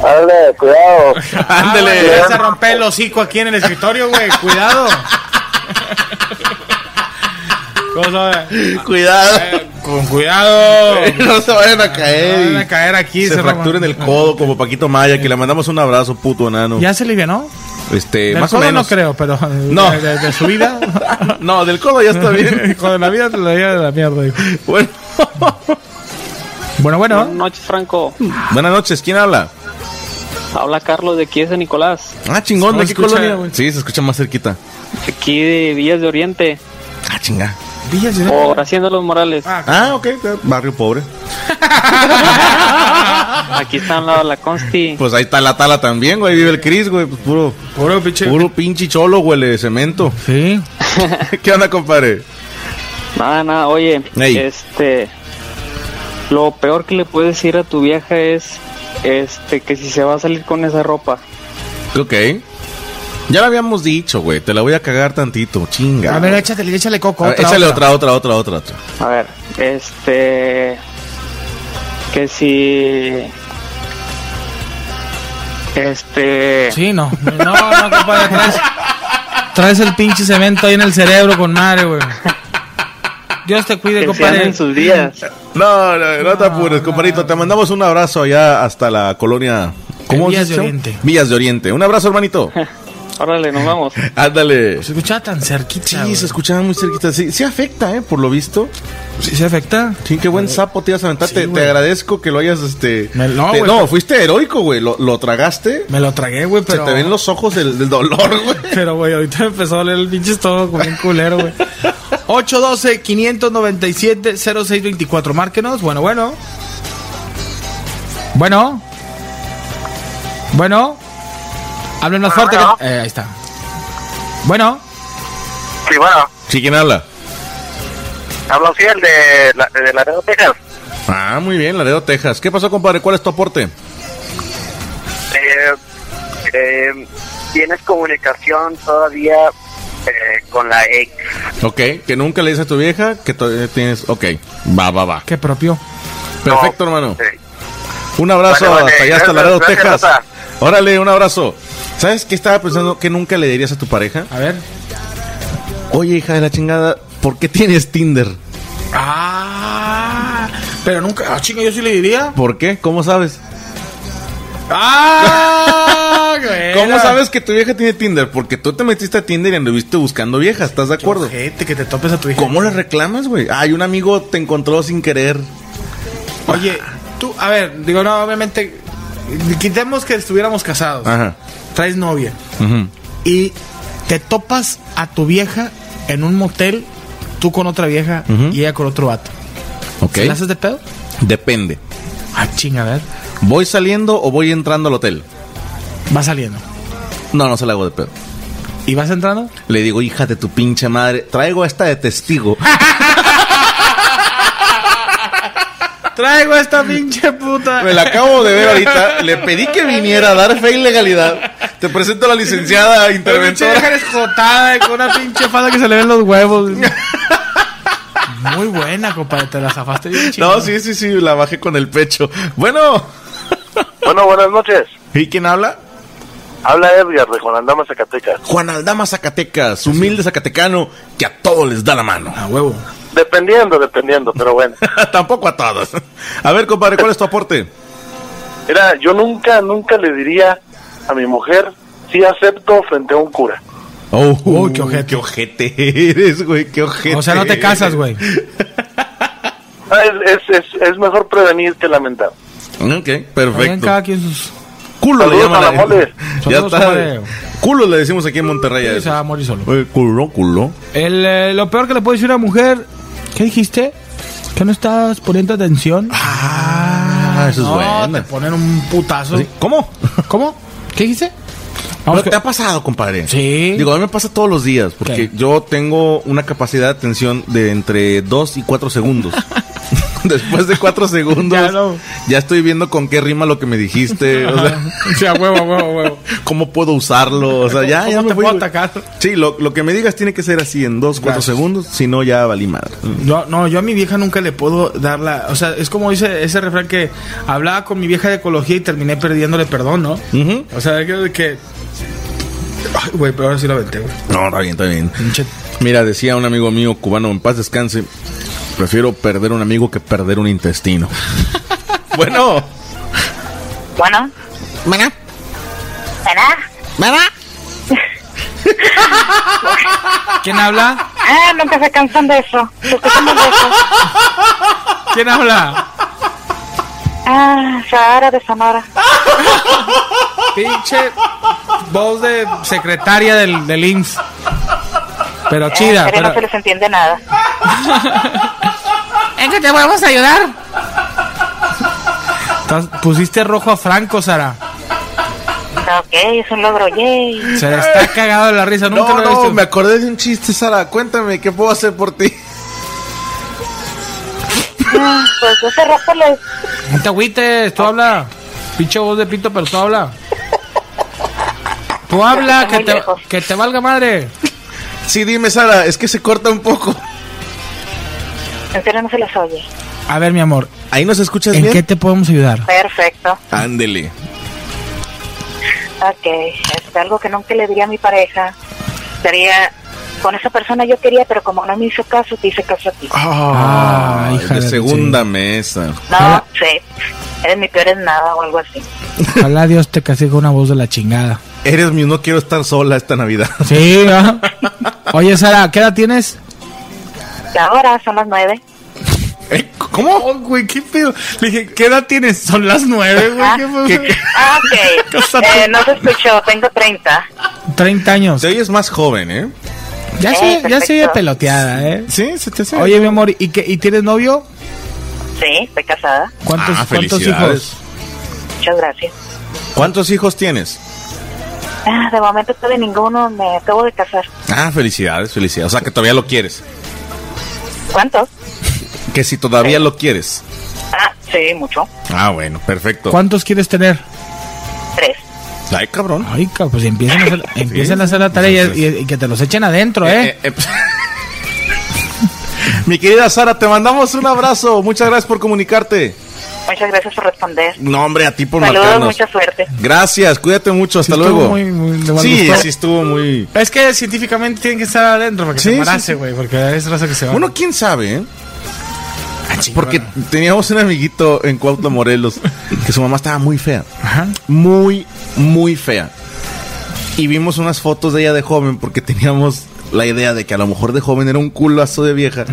R: Dale, cuidado.
B: Ándale. Ah, Le vas a romper el hocico aquí en el escritorio, güey. Cuidado. Cosa, eh,
C: Cuidado.
B: con cuidado.
C: No se vayan a
B: No
C: caer.
B: vayan a caer aquí,
C: Se
B: se
C: fracturen el codo como Paquito Maya, que le mandamos un abrazo, puto enano.
B: ¿Ya se livianó?
C: Este,
B: Del
C: más o
B: codo
C: menos.
B: no creo, pero
C: No.
B: de, de- de su vida.
C: No, del codo ya está bien.
B: Con la vida te la vida de la mierda. hijo.
C: Bueno. Ah,
B: Bueno, bueno.
S: Buenas noches, Franco.
C: Buenas noches, ¿quién habla?
S: Habla Carlos de aquí de San Nicolás.
C: Ah, chingón,
S: No,
C: ¿de qué
S: escucha,
C: colonia,
S: güey.
C: Sí, se escucha más cerquita.
S: Aquí de Villas de Oriente.
C: Ah, chinga.
S: Por Haciendo los Morales.
C: Ah, ok, ok, barrio pobre.
S: Aquí está al lado la Consti.
C: Pues ahí está la tala también, güey. Vive el Cris, güey. Pues puro,
B: puro pinche.
C: Puro pinche cholo, güey, de cemento.
B: Sí.
C: ¿Qué onda, compadre?
S: Nada, nada, oye.
C: Ey.
S: Este. Lo peor que le puedes decir a tu vieja es. Este, que si se va a salir con esa ropa.
C: Ok. Ya lo habíamos dicho, güey. Te la voy a cagar tantito, chinga.
B: A ver, échale, échale coco.
C: A ver, échale otra, otra, otra, otra, otra.
S: A ver, este. Que si. Este.
B: Sí, no. No, no, compadre. Traes, traes el pinche cemento ahí en el cerebro con madre, güey. Dios te cuide,
S: Que se
B: compadre.
S: amen sus días.
C: No, no, no te apures, compadrito. Te mandamos un abrazo allá hasta la colonia. ¿Cómo
B: En Villas
C: se
B: de
C: llama?
B: Oriente.
C: Villas de Oriente. Un abrazo, hermanito.
S: Órale, nos vamos.
C: Ándale.
B: Se escuchaba tan cerquita.
C: Sí, se escuchaba muy cerquita. Sí, sí afecta, ¿eh? Por lo visto.
B: Sí, se afecta.
C: Sí, qué buen sapo te ibas a aventar.
B: Sí,
C: te, te
B: güey.
C: agradezco que lo hayas, este...
B: no,
C: te-
B: güey,
C: no,
B: pero-
C: fuiste heroico, güey. Lo, lo tragaste.
B: Me lo tragué, güey, pero.
C: Se te ven los ojos del, del dolor, güey.
B: Pero, güey, ahorita empezó a doler el pinche estómago como un culero, güey. 812-597-0624. Márquenos. Bueno, bueno. Bueno. Bueno. Hablen más fuerte. que- eh, ahí está. Bueno.
C: Sí, bueno. Sí, ¿quién habla?
R: Habla Ociel de, la- de Laredo, Texas.
C: Ah, muy bien, Laredo, Texas. ¿Qué pasó, compadre? ¿Cuál es tu aporte?
D: Eh, eh, ¿Tienes comunicación todavía eh, con la ex?
C: Ok, que nunca le dices a tu vieja que todavía tienes... Ok, va, va, va.
B: Qué propio.
C: Perfecto, hermano. Un abrazo
B: Vale, vale.
C: hasta allá, hasta
B: Gracias,
C: Laredo,
B: gracias,
C: Texas.
B: Raza.
C: Órale, un abrazo. ¿Sabes qué estaba pensando que nunca le dirías a tu pareja?
B: A ver.
C: Oye, hija de la chingada, ¿por qué tienes Tinder?
B: Ah. Pero nunca. Ah, chinga, yo sí le diría.
C: ¿Por qué? ¿Cómo sabes?
B: Ah, güey.
C: ¿Cómo sabes que tu vieja tiene Tinder? Porque tú te metiste a Tinder y anduviste buscando viejas, ¿estás de acuerdo?
B: que te topes a tu vieja.
C: ¿Cómo le reclamas, güey? Ay, un amigo te encontró sin querer.
B: Oye, tú, a ver, digo, no, obviamente, quitemos que estuviéramos casados.
C: Ajá.
B: Traes novia
C: Ujú.
B: y te topas a tu vieja en un motel, tú con otra vieja
C: Ujú.
B: y ella con otro vato.
C: Ok.
B: ¿Se la haces de pedo?
C: Depende.
B: Ah, chinga, a ver.
C: ¿Voy saliendo o voy entrando al hotel?
B: Va saliendo.
C: No, no se la hago de pedo.
B: ¿Y vas entrando?
C: Le digo, hija de tu pinche madre, traigo a esta de testigo.
B: Traigo esta pinche puta.
C: Me la acabo de ver ahorita. Le pedí que viniera a dar fe y legalidad. Te presento a la licenciada interventora.
B: eres jotada y eh, con una pinche falda que se le ven los huevos. Muy buena, compadre. Te la zafaste bien chido.
C: No, sí, sí, sí, la bajé con el pecho. Bueno,
T: Bueno, buenas noches.
C: ¿y quién habla?
T: Habla Edgar de Juan Aldama, Zacatecas.
C: Juan Aldama Zacatecas, humilde zacatecano que a todos les da la mano. A huevo.
T: Dependiendo, dependiendo, pero bueno.
C: Tampoco a todos. A ver, compadre, ¿cuál es tu aporte?
T: Mira, yo nunca, nunca le diría a mi mujer si acepto frente a un cura.
C: Oh, qué ojete. Qué ojete eres, güey, qué ojete.
B: O sea, no te casas, güey.
T: Ah, Es, es, es- es mejor prevenir que lamentar.
C: Ok,
B: Bien,
C: perfecto.
B: cada quien sus.
C: Culo le
T: Saludos
C: llaman
T: a
C: a
T: la mole.
C: Ya
B: Saludos,
C: está.
B: compadre.
C: Culo le decimos aquí en Monterrey a
B: Sí, se va a
C: eso.
B: morir solo.
C: Culo, culo.
B: El, eh, lo peor que le puede decir a una mujer. ¿Qué dijiste? ¿Que no estás poniendo atención? Ah,
C: eso es
B: no,
C: buena.
B: Te ponen un putazo.
C: Así, ¿Cómo?
B: ¿Cómo? ¿Qué dijiste?
C: ¿Pero te ha pasado, compadre?
B: Sí.
C: Digo, a mí me pasa todos los días, porque yo tengo una capacidad de atención de entre 2 y 4 segundos. Después de 4 segundos, ya, estoy viendo con qué rima lo que me dijiste. O sea,
B: huevo, huevo, huevo.
C: cómo puedo usarlo. O sea, ya, ya
B: ¿Cómo
C: me
B: te
C: voy.
B: puedo atacar?
C: Sí, lo, lo que me digas tiene que ser así en 2, 4
B: Gracias.
C: segundos, si no, ya valí madre.
B: Yo, no, yo a mi vieja nunca le puedo dar la. O sea, es como dice ese refrán que hablaba con mi vieja de ecología y terminé perdiéndole perdón, ¿no? O sea, que. que- Ay, güey, pero ahora sí la aventé, güey.
C: No, está bien, está bien. Mira, decía un amigo mío cubano, en paz descanse, prefiero perder un amigo que perder un intestino. bueno.
U: Bueno.
C: Bueno. Bueno.
B: ¿Quién habla?
U: Ah, nunca se cansan de eso. Se escuchan muy lejos.
B: ¿Quién habla?
U: Ah, Sahara de Sonora.
B: Pinche voz de secretaria del, del IMSS. Pero chida,
U: Eh, pero no se
B: pero.
U: les entiende nada.
B: ¿En qué te vamos a ayudar? Estás- Pusiste rojo a Franco, Sara.
U: Ok, es un logro, yay.
B: Se la está cagado de la risa, nunca
C: Eh. No,
B: lo he
C: no,
B: visto.
C: me acordé de un chiste, Sara. Cuéntame, ¿qué puedo hacer por ti?
U: Ah, Pues ese rato les...
B: No te agüites, tú habla. Pinche voz de pito, pero tú habla. Tú habla, que te, que te valga madre.
C: Sí, dime, Sara, es que se corta un poco.
U: En serio no se les oye.
B: A ver, mi amor.
C: Ahí nos escuchas
B: ¿En
C: bien?
B: qué te podemos ayudar?
U: Perfecto.
C: Ándele.
U: Ok, este, algo que nunca le diría a mi pareja sería... Con esa persona yo quería, pero como no me hizo caso, te hice caso a ti.
C: Ah,
B: hija
C: de
B: de-
C: segunda mesa.
U: No, sí. Eres mi peor en nada o algo así.
B: Ojalá Dios te castigue con una voz de la chingada.
C: Eres mi, no quiero estar sola esta Navidad.
B: Sí, ¿verdad? Oye, Sara, ¿qué edad tienes?
U: Ahora son las nueve.
C: Eh, ¿Cómo?
B: güey, qué pedo. Le dije, ¿qué edad tienes? Son las nueve,
U: Ah, ah, ok. Eh, no se escuchó, tengo 30.
B: 30 años.
C: Te oyes más joven, ¿eh?
B: Ya
U: Eh,
B: se, ya se ve
U: perfecto.
B: peloteada, ¿eh?
C: Sí, se te hace.
B: Oye, mi amor, ¿y, qué, y tienes novio?
U: Sí, estoy casada.
B: ¿Cuántos,
C: Ah,
B: ¿cuántos
C: felicidades.
B: hijos?
U: Muchas gracias.
C: ¿Cuántos hijos tienes?
U: Ah, de momento todavía ninguno, me acabo de casar.
C: Ah, felicidades, felicidades. O sea, que todavía lo quieres.
U: ¿Cuántos?
C: Que si todavía lo quieres.
U: Ah, sí, mucho.
C: Ah, bueno, perfecto.
B: ¿Cuántos quieres tener?
U: Tres.
C: Ay, cabrón.
B: Ay, cabrón, pues empiecen a hacer, empiecen a hacer la tarea y, y- y que te los echen adentro, ¿eh?
C: Eh, eh, Mi querida Sara, te mandamos un abrazo. Muchas gracias por comunicarte.
U: Muchas gracias por responder.
C: No, hombre, a ti por
U: Saludos,
C: marcarnos.
U: mucha suerte.
C: Gracias, cuídate mucho, hasta
B: estuvo
C: luego.
B: muy- muy de mal
C: sí,
B: gusto.
C: sí estuvo muy.
B: Es que científicamente tienen que estar adentro para que
C: Sí,
B: se
C: sí,
B: embarace,
C: sí.
B: güey, porque es raza que se va. Ah,
C: Bueno, quién sabe, ¿eh? Porque teníamos un amiguito en Cuautla Morelos que su mamá estaba muy fea. Muy, muy fea. Y vimos unas fotos de ella de joven porque teníamos la idea de que a lo mejor de joven era un culazo de vieja.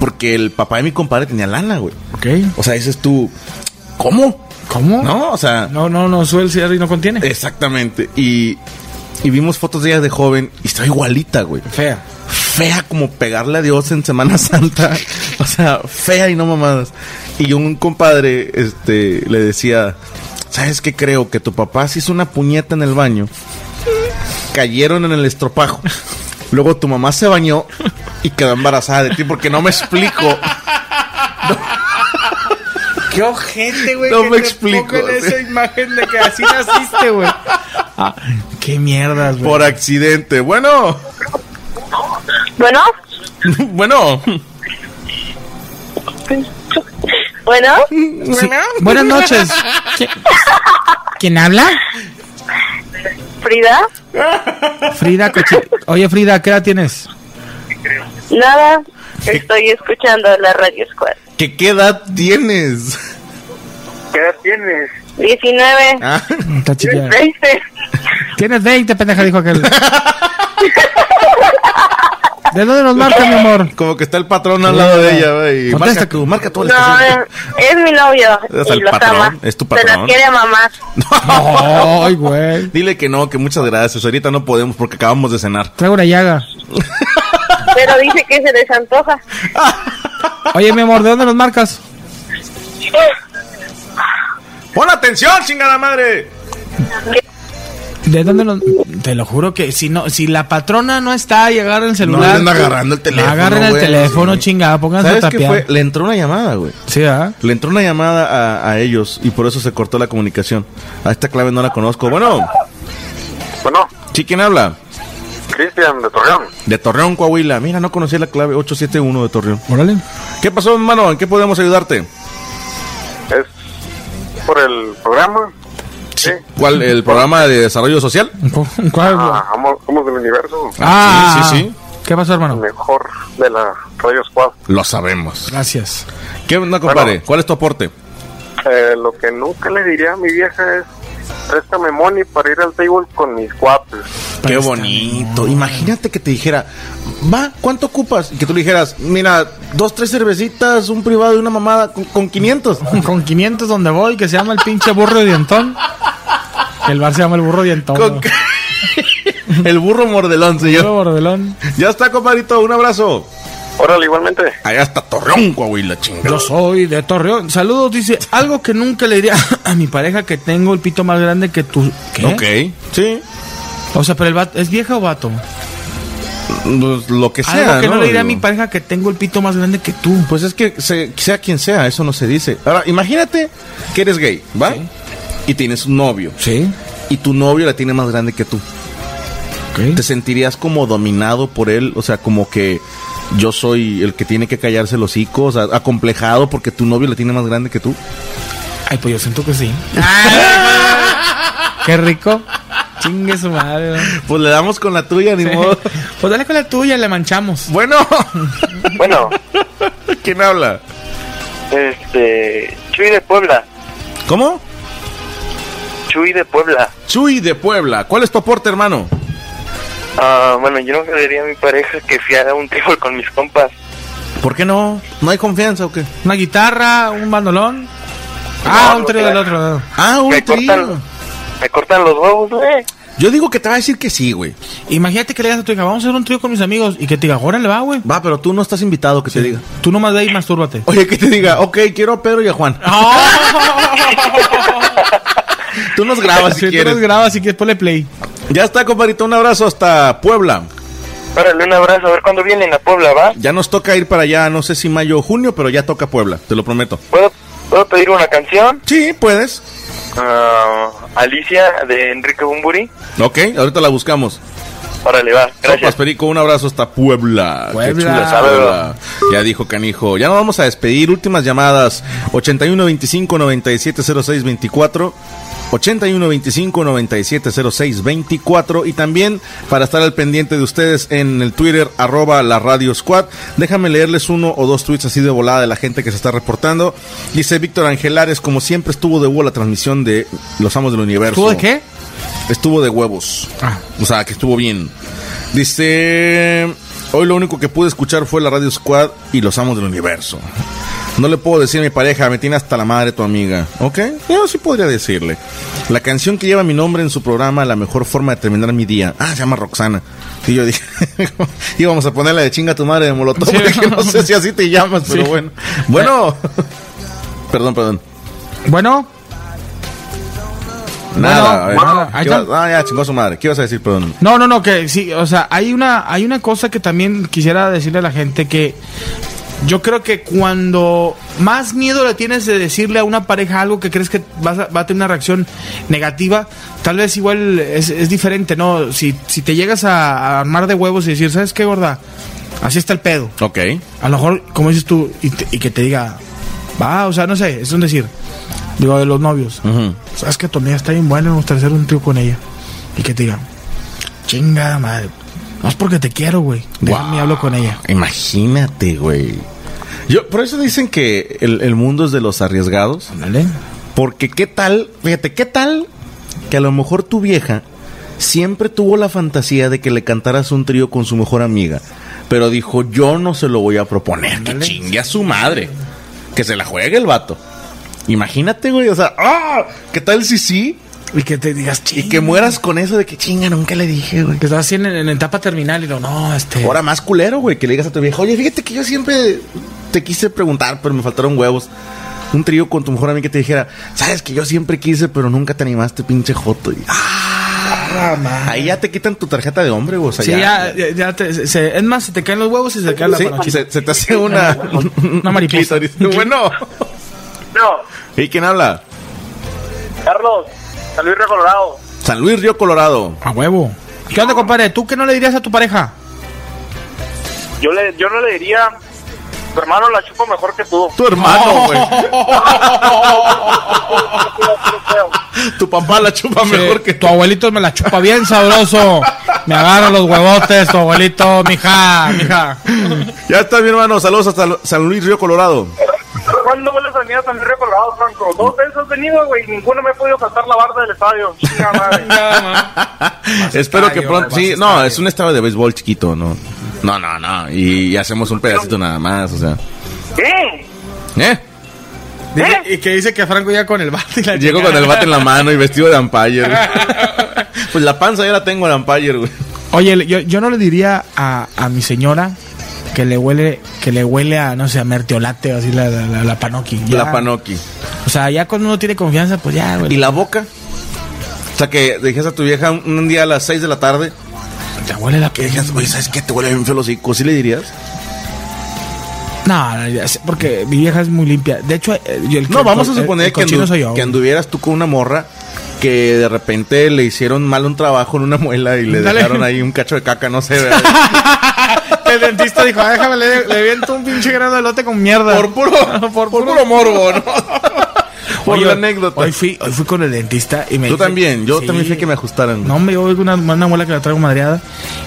C: Porque el papá de mi compadre tenía lana, güey. O sea, dices tú, ¿cómo?
B: ¿Cómo?
C: No, o sea.
B: No, no, no, suele ser y no contiene.
C: Exactamente. Y, y vimos fotos de ella de joven y estaba igualita, güey.
B: Fea.
C: Fea como pegarle a Dios en Semana Santa. O sea, fea y no mamadas. Y un compadre este, le decía, ¿sabes qué creo? Que tu papá se hizo una puñeta en el baño. Cayeron en el estropajo. Luego tu mamá se bañó y quedó embarazada de ti porque no me explico.
B: Qué ojete, güey.
C: No
B: que
C: me
B: te
C: explico,
B: pongan
C: sí.
B: esa imagen de que así naciste, güey. Ah, Qué mierdas, güey.
C: Por accidente. Bueno.
V: Bueno,
C: bueno.
V: bueno.
B: Sí. Buenas noches. ¿Qui- ¿Quién habla?
V: Frida,
B: Frida Cochi- Oye, Frida, ¿qué edad tienes?
V: nada, estoy escuchando la Radio Squad.
C: ¿Qué, qué edad tienes?
V: ¿Qué edad tienes? 19.
C: Ah,
B: Está chiquilla.
V: 20.
B: Tienes 20, pendeja, dijo aquel. ¿De dónde nos marca, mi amor?
C: Como que está el patrón al lado de ella, güey.
B: Contesta.
C: Marca tú, marca tú. al
V: No, eh.
C: estación.
V: es, es mi novio
C: Es
V: y
C: el
V: los
C: patrón,
V: ama.
C: es tu
V: Se
C: patrón.
V: las quiere mamá.
B: Ay, güey.
C: Dile que no, que muchas gracias. Ahorita no podemos porque acabamos de cenar.
B: Traigo una llaga.
V: Pero dice que se les antoja.
B: Oye, mi amor, ¿de dónde nos marcas?
C: ¡Pon atención, chingada madre!
B: ¿De dónde nos.? Te lo juro que si no, si la patrona no está y agarra el celular.
C: anden agarrando el teléfono,
B: Agarren el
C: güey,
B: teléfono,
C: sí.
B: chingada, pónganse a
C: ¿Sabes qué
B: tapear.
C: fue? Le entró una llamada, güey.
B: Sí, ¿ah?
C: Le entró una llamada a, a ellos y por eso se cortó la comunicación. A esta clave no la conozco. Bueno.
W: Bueno.
C: ¿Sí quién habla?
W: Cristian de Torreón.
C: De Torreón, Coahuila. Mira, no conocía la clave 871 de Torreón.
B: Órale.
C: ¿Qué pasó, hermano? ¿En qué podemos ayudarte?
W: Es por el programa. Sí.
C: ¿Cuál? ¿El programa de desarrollo social?
W: Ah, amo- somos del universo.
B: Ah,
C: sí, sí,
B: ¿Qué pasó, hermano?
W: Mejor de la Radio Squad.
C: Lo sabemos.
B: Gracias.
C: ¿Qué onda, compadre? ¿Cuál es tu aporte?
W: Eh, lo que nunca le diría a mi vieja es: préstame money para ir al table con mis guapes.
C: Qué bonito. Imagínate que te dijera, va, ¿cuánto ocupas? Y que tú le dijeras, mira, dos, tres cervecitas, un privado y una mamada con, con 500.
B: Con 500 donde voy, que se llama el pinche burro de dientón. El bar se llama el burro de dientón.
C: Con-
B: güey.
C: El burro mordelón,
B: Burro
C: señor.
B: bordelón.
C: Ya está, compadrito, un abrazo.
W: Órale, igualmente.
C: Allá está Torreón, Coahuila, chingada.
B: Yo soy de Torreón. Saludos, dice. Algo que nunca le diría a mi pareja que tengo el pito más grande que tú. ¿Qué?
C: Ok, sí.
B: O sea, pero el vato, ¿es vieja o vato?
C: Pues, lo que sea.
B: Algo que no, le diría a
C: Digo.
B: mi pareja que tengo el pito más grande que tú.
C: Pues es que se- sea quien sea, eso no se dice. Ahora, imagínate que eres gay, ¿va? Y tienes un novio.
B: Sí.
C: Y tu novio la tiene más grande que tú. Te sentirías como dominado por él, o sea, como que yo soy el que tiene que callarse los hocico, o sea, acomplejado porque tu novio la tiene más grande que tú.
B: Ay, pues yo siento que sí. Qué rico. Chingue su madre. ¿no?
C: Pues le damos con la tuya, ni modo.
B: Pues dale con la tuya, le manchamos.
C: Bueno,
W: Bueno,
C: ¿quién habla?
W: este. Chuy de Puebla.
C: ¿Cómo?
W: Chuy de Puebla.
C: Chuy de Puebla. ¿Cuál es tu aporte, hermano?
W: Ah, bueno, yo nunca le diría a mi pareja que fui a un table con mis compas.
C: ¿Por qué no? ¿No hay confianza o qué?
B: Una guitarra, un bandolón. Ah,
W: No,
B: un
W: no,
B: trío
W: que-
B: del otro.
C: Ah, un
W: Me
C: trío.
W: cortan, me cortan los huevos, güey.
C: Yo digo que te va a decir que sí, güey.
B: Imagínate que le digas a tu hija, vamos a hacer un trío con mis amigos. Y que te diga, órale, va, güey.
C: Va, pero tú no estás invitado que te diga.
B: Tú nomás ve y mastúrbate. Ah,
C: Oye, que te diga, ok, quiero a Pedro y a Juan. Tú nos grabas si
B: Sí, tú
C: quieres.
B: nos grabas si quieres, ponle play.
C: Ya está, compadrito, un abrazo hasta Puebla.
W: Órale, un abrazo, a ver cuándo vienen a Puebla, ¿va?
C: Ya nos toca ir para allá, no sé si mayo o junio, pero ya toca Puebla, te lo prometo.
W: ¿Puedo, ¿puedo pedir una canción?
C: Sí, puedes.
W: Ah, Alicia de Enrique Bumburi.
C: Ok, ahorita la buscamos.
W: Órale, va,
C: Sopas,
W: gracias.
C: Perico, un abrazo hasta Puebla.
B: Puebla.
C: Qué chula es Puebla. Ya dijo Canijo. Ya nos vamos a despedir. Últimas llamadas. 8125-970624. 8125-970624. Y también para estar al pendiente de ustedes en el Twitter, arroba la radio squad. Déjame leerles uno o dos tweets así de volada de la gente que se está reportando. Dice Víctor Angelares, como siempre estuvo de huevo la transmisión de Los Amos del Universo.
B: ¿Tú de qué?
C: Estuvo de huevos. O sea, que estuvo bien. Dice, hoy lo único que pude escuchar fue la Radio Squad y los amos del universo. No le puedo decir a mi pareja, me tiene hasta la madre tu amiga. ¿Ok? Yo sí podría decirle. La canción que lleva mi nombre en su programa, La mejor forma de terminar mi día. Ah, se llama Roxana. Y yo dije, íbamos a ponerla de chinga a tu madre de Molotov.
B: Sí.
C: porque no sé si así te llamas, pero
B: Sí.
C: bueno. Bueno. perdón, perdón.
B: Bueno,
C: Nada. a ver.
B: bueno, ahí
C: ¿Qué
B: está.
C: vas- Ah, ya chingó a su madre. ¿Qué ibas a decir, perdón?
B: No, no, no, que sí, o sea, hay una, hay una cosa que también quisiera decirle a la gente que Yo creo que cuando más miedo le tienes de decirle a una pareja algo que crees que vas a- va a tener una reacción negativa, tal vez igual es, es diferente, ¿no? Si, si te llegas a, a armar de huevos y decir, ¿sabes qué, gorda? Así está el pedo.
C: Ok.
B: A lo mejor, como dices tú, y, te- y que te diga, va, o sea, no sé, es un decir. Digo, de los novios. ¿Sabes que tu amiga está bien buena? Me gustaría hacer un trío con ella. Y que te diga, chingada madre. No es porque te quiero, güey. Déjame hablo con ella.
C: Imagínate, güey. Yo, por eso dicen que el, el mundo es de los arriesgados. Porque qué tal, fíjate, qué tal que a lo mejor tu vieja siempre tuvo la fantasía de que le cantaras un trío con su mejor amiga. Pero dijo, yo no se lo voy a proponer. Que chingue a su madre. Que se la juegue el vato. Imagínate, güey, o sea, ¡ah! ¿Qué tal si sí?
B: Y que te digas,
C: Y que mueras con eso de que chinga, nunca le dije, güey.
B: Que estás así en, en etapa terminal y lo, no, este.
C: Ahora más culero, güey, que le digas a tu vieja, oye, fíjate que yo siempre te quise preguntar, pero me faltaron huevos. Un trío con tu mejor amiga que te dijera, sabes que yo siempre quise, pero nunca te animaste, pinche joto. Y,
B: Ah, madre.
C: ahí ya te quitan tu tarjeta de hombre, güey. O sea,
B: Sí, ya, ya, ya te- se- es más, se te caen los huevos y se te cae la
C: Sí,
B: panochita.
C: se, se te hace una,
B: Una mariposa.
C: clítoris. bueno.
D: No,
C: ¿Y quién habla?
D: Carlos, San Luis Río Colorado.
C: San Luis Río Colorado.
B: A huevo. ¿Qué onda, compadre? ¿Tú qué no le dirías a tu pareja?
D: Yo, le, yo no le diría, tu hermano la chupo mejor que tú.
C: Tu hermano, güey. Tu papá la chupa
B: mejor que tu abuelito me la chupa bien sabroso. Me agarra los huevotes, tu abuelito, mija, mija.
C: Ya está, mi hermano. Saludos hasta Lu- San Luis Río Colorado.
D: ¿Cuándo vuelves a venir a San Luis Río Colorado, Franco? Dos veces has venido, güey, y ninguno me ha podido saltar la barda del estadio. Chinga madre.
C: Espero que
D: estadio,
C: pronto.
D: vas
C: Sí, no, es un estadio de béisbol chiquito, ¿no? No, no, no. Y hacemos un pedacito nada más, o sea.
D: ¿Qué?
C: ¿Eh?
B: Dice- Y que dice que Franco ya con el bate y la
C: Llego con el bate en la mano y vestido de umpire. güey. Pues la panza ya la tengo al umpire, güey.
B: Oye, le- yo, yo no le diría a, a mi señora que le huele, que le huele a, no sé, a mertiolate o así la, la, la- la panoqui. Ya.
C: La panoqui.
B: O sea, ya cuando uno tiene confianza, pues ya, güey.
C: ¿Y la boca? O sea, que dejes a tu vieja un, un día a las 6 de la tarde.
B: Te huele la
C: Que digas, oye, ¿sabes qué? Te huele bien feo los hocico. ¿Sí le dirías?
B: No, no, ya sé, porque mi vieja es muy limpia. De hecho, eh, yo el
C: No, vamos a
B: el-
C: suponer
B: el
C: que,
B: cochino
C: andu-
B: soy yo.
C: que
B: güey.
C: anduvieras tú con una morra que de repente le hicieron mal un trabajo en una muela y le
B: Dale.
C: dejaron ahí un cacho de caca, no sé. ¿verdad?
B: El dentista dijo, "Ah, déjame, le, le viento un pinche grano de lote con mierda. Por
C: puro,
B: por
C: puro, morbo, ¿no? Por la anécdota.
B: Hoy fui, hoy fui con el dentista y me
C: Yo
B: dice-
C: también, yo
B: Sí.
C: también fui que me ajustaran. güey.
B: No, me llevo una, una muela que la traigo madreada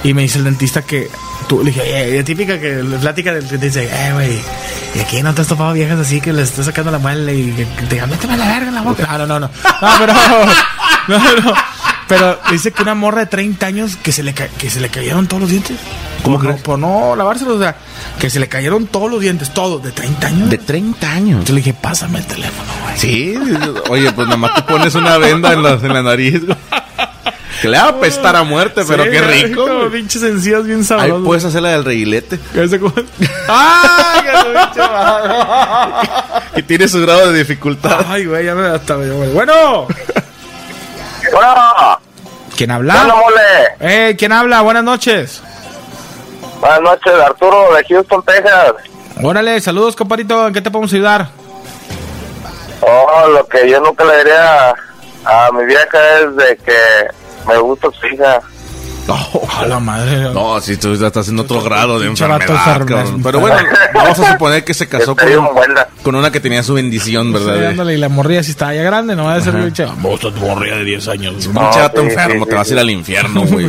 B: y me dice el dentista que... Tú, le dije, "Oye, la típica que la plática del dentista dice, eh, güey, ¿y aquí no te has topado viejas así que le estás sacando la muela y que, que te digan, méteme la verga en la boca? No, no, no, no, no, pero... No, no. Pero dice que una morra de 30 años que se le, ca- que se le cayeron todos los dientes.
C: ¿Cómo
B: por, no, por no lavárselos, o sea, que se le cayeron todos los dientes, todos, de 30 años.
C: De 30 años.
B: Yo le dije, pásame el teléfono.
C: Sí, oye, pues nada más te pones una venda en la, en la nariz. güey. Que le va a apestar a muerte, pero
B: Sí,
C: qué rico.
B: como
C: güey.
B: pinches encías bien
C: Ahí
B: sabrosas.
C: puedes hacer la del reguilete.
B: ¡Ay, ya lo he dicho, va.
C: Y tiene su grado de dificultad.
B: Ay, güey, ya me hasta me dio, güey. Bueno,
X: Hola,
B: ¿quién
X: Ah. Hola,
B: habla?
X: mole.
B: Eh, ¿quién habla? Buenas noches.
X: Buenas noches, Arturo de Houston, Texas.
B: Órale, saludos, compadrito. ¿En qué te podemos ayudar?
X: Oh, lo que yo nunca le diría a mi vieja es de que me gusta su hija.
B: A la madre.
C: No, si tú ya estás en otro grado de
B: Pinche vato
C: enfermedad,
B: enfermo.
C: cabrón. Pero bueno, vamos a suponer que se casó con, un- con una que tenía su bendición, ¿verdad?
B: Estoy dándole y la morría si estaba ya grande, no va a ser
C: Pues Ajá.
B: bicho.
C: Vos estás morrida de 10 años. Pinche
B: No,
C: vato
B: sí,
C: enfermo,
B: sí,
C: te vas a
B: sí,
C: ir al infierno, güey.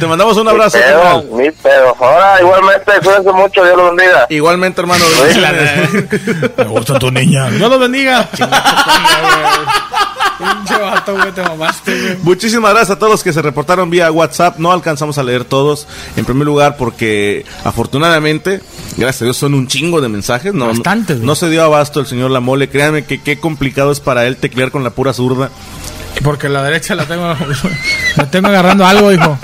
C: te mandamos un abrazo.
X: Mi pedo,
C: carnal.
X: mi pedo. Ahora, igualmente, cuídense mucho, Dios los bendiga.
C: Igualmente, hermano.
B: Me gusta tu niña. Dios los bendiga. Pinche vato, güey, te mamaste, güey.
C: Muchísimas gracias a todos los que se reportaron vía WhatsApp. No alcanzamos a leer todos. En primer lugar, porque afortunadamente, gracias a Dios, son un chingo de mensajes. No,
B: Bastantes,
C: No se dio abasto el señor Lamole. Créanme que qué complicado es para él teclear con la pura zurda.
B: Porque la derecha la tengo, la tengo agarrando algo, hijo.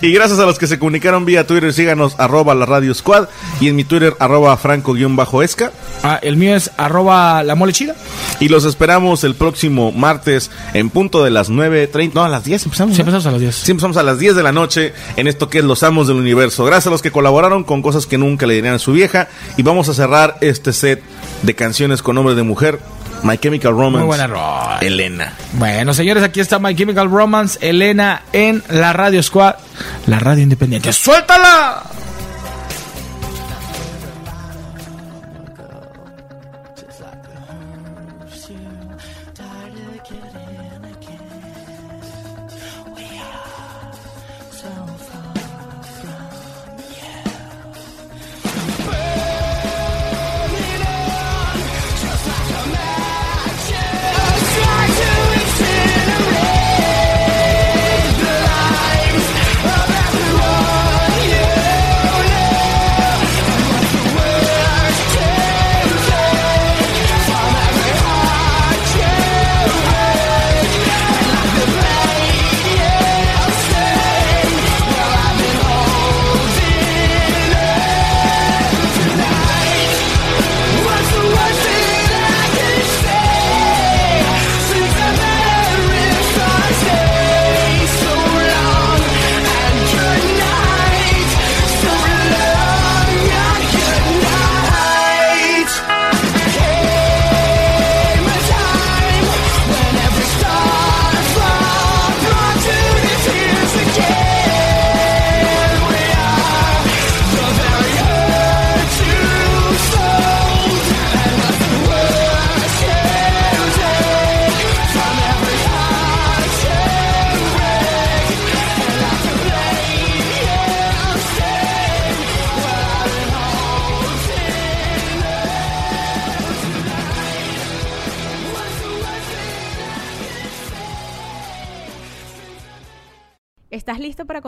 C: Y gracias a los que se comunicaron vía Twitter, síganos arroba la radio squad y en mi Twitter arroba franco-esca.
B: Ah, el mío es arroba la mole chida.
C: Y los esperamos el próximo martes en punto de las 9.30, no, a las 10 empezamos.
B: Sí, empezamos a las 10.
C: Sí, empezamos a las 10 de la noche en esto que es Los Amos del Universo. Gracias a los que colaboraron con cosas que nunca le dirían a su vieja. Y vamos a cerrar este set de canciones con nombre de mujer. My Chemical Romance.
B: Muy buena
C: Elena.
B: Bueno, señores, aquí está My Chemical Romance, Elena en la Radio Squad, la radio independiente. ¡Suéltala!
A: ¿Estás listo para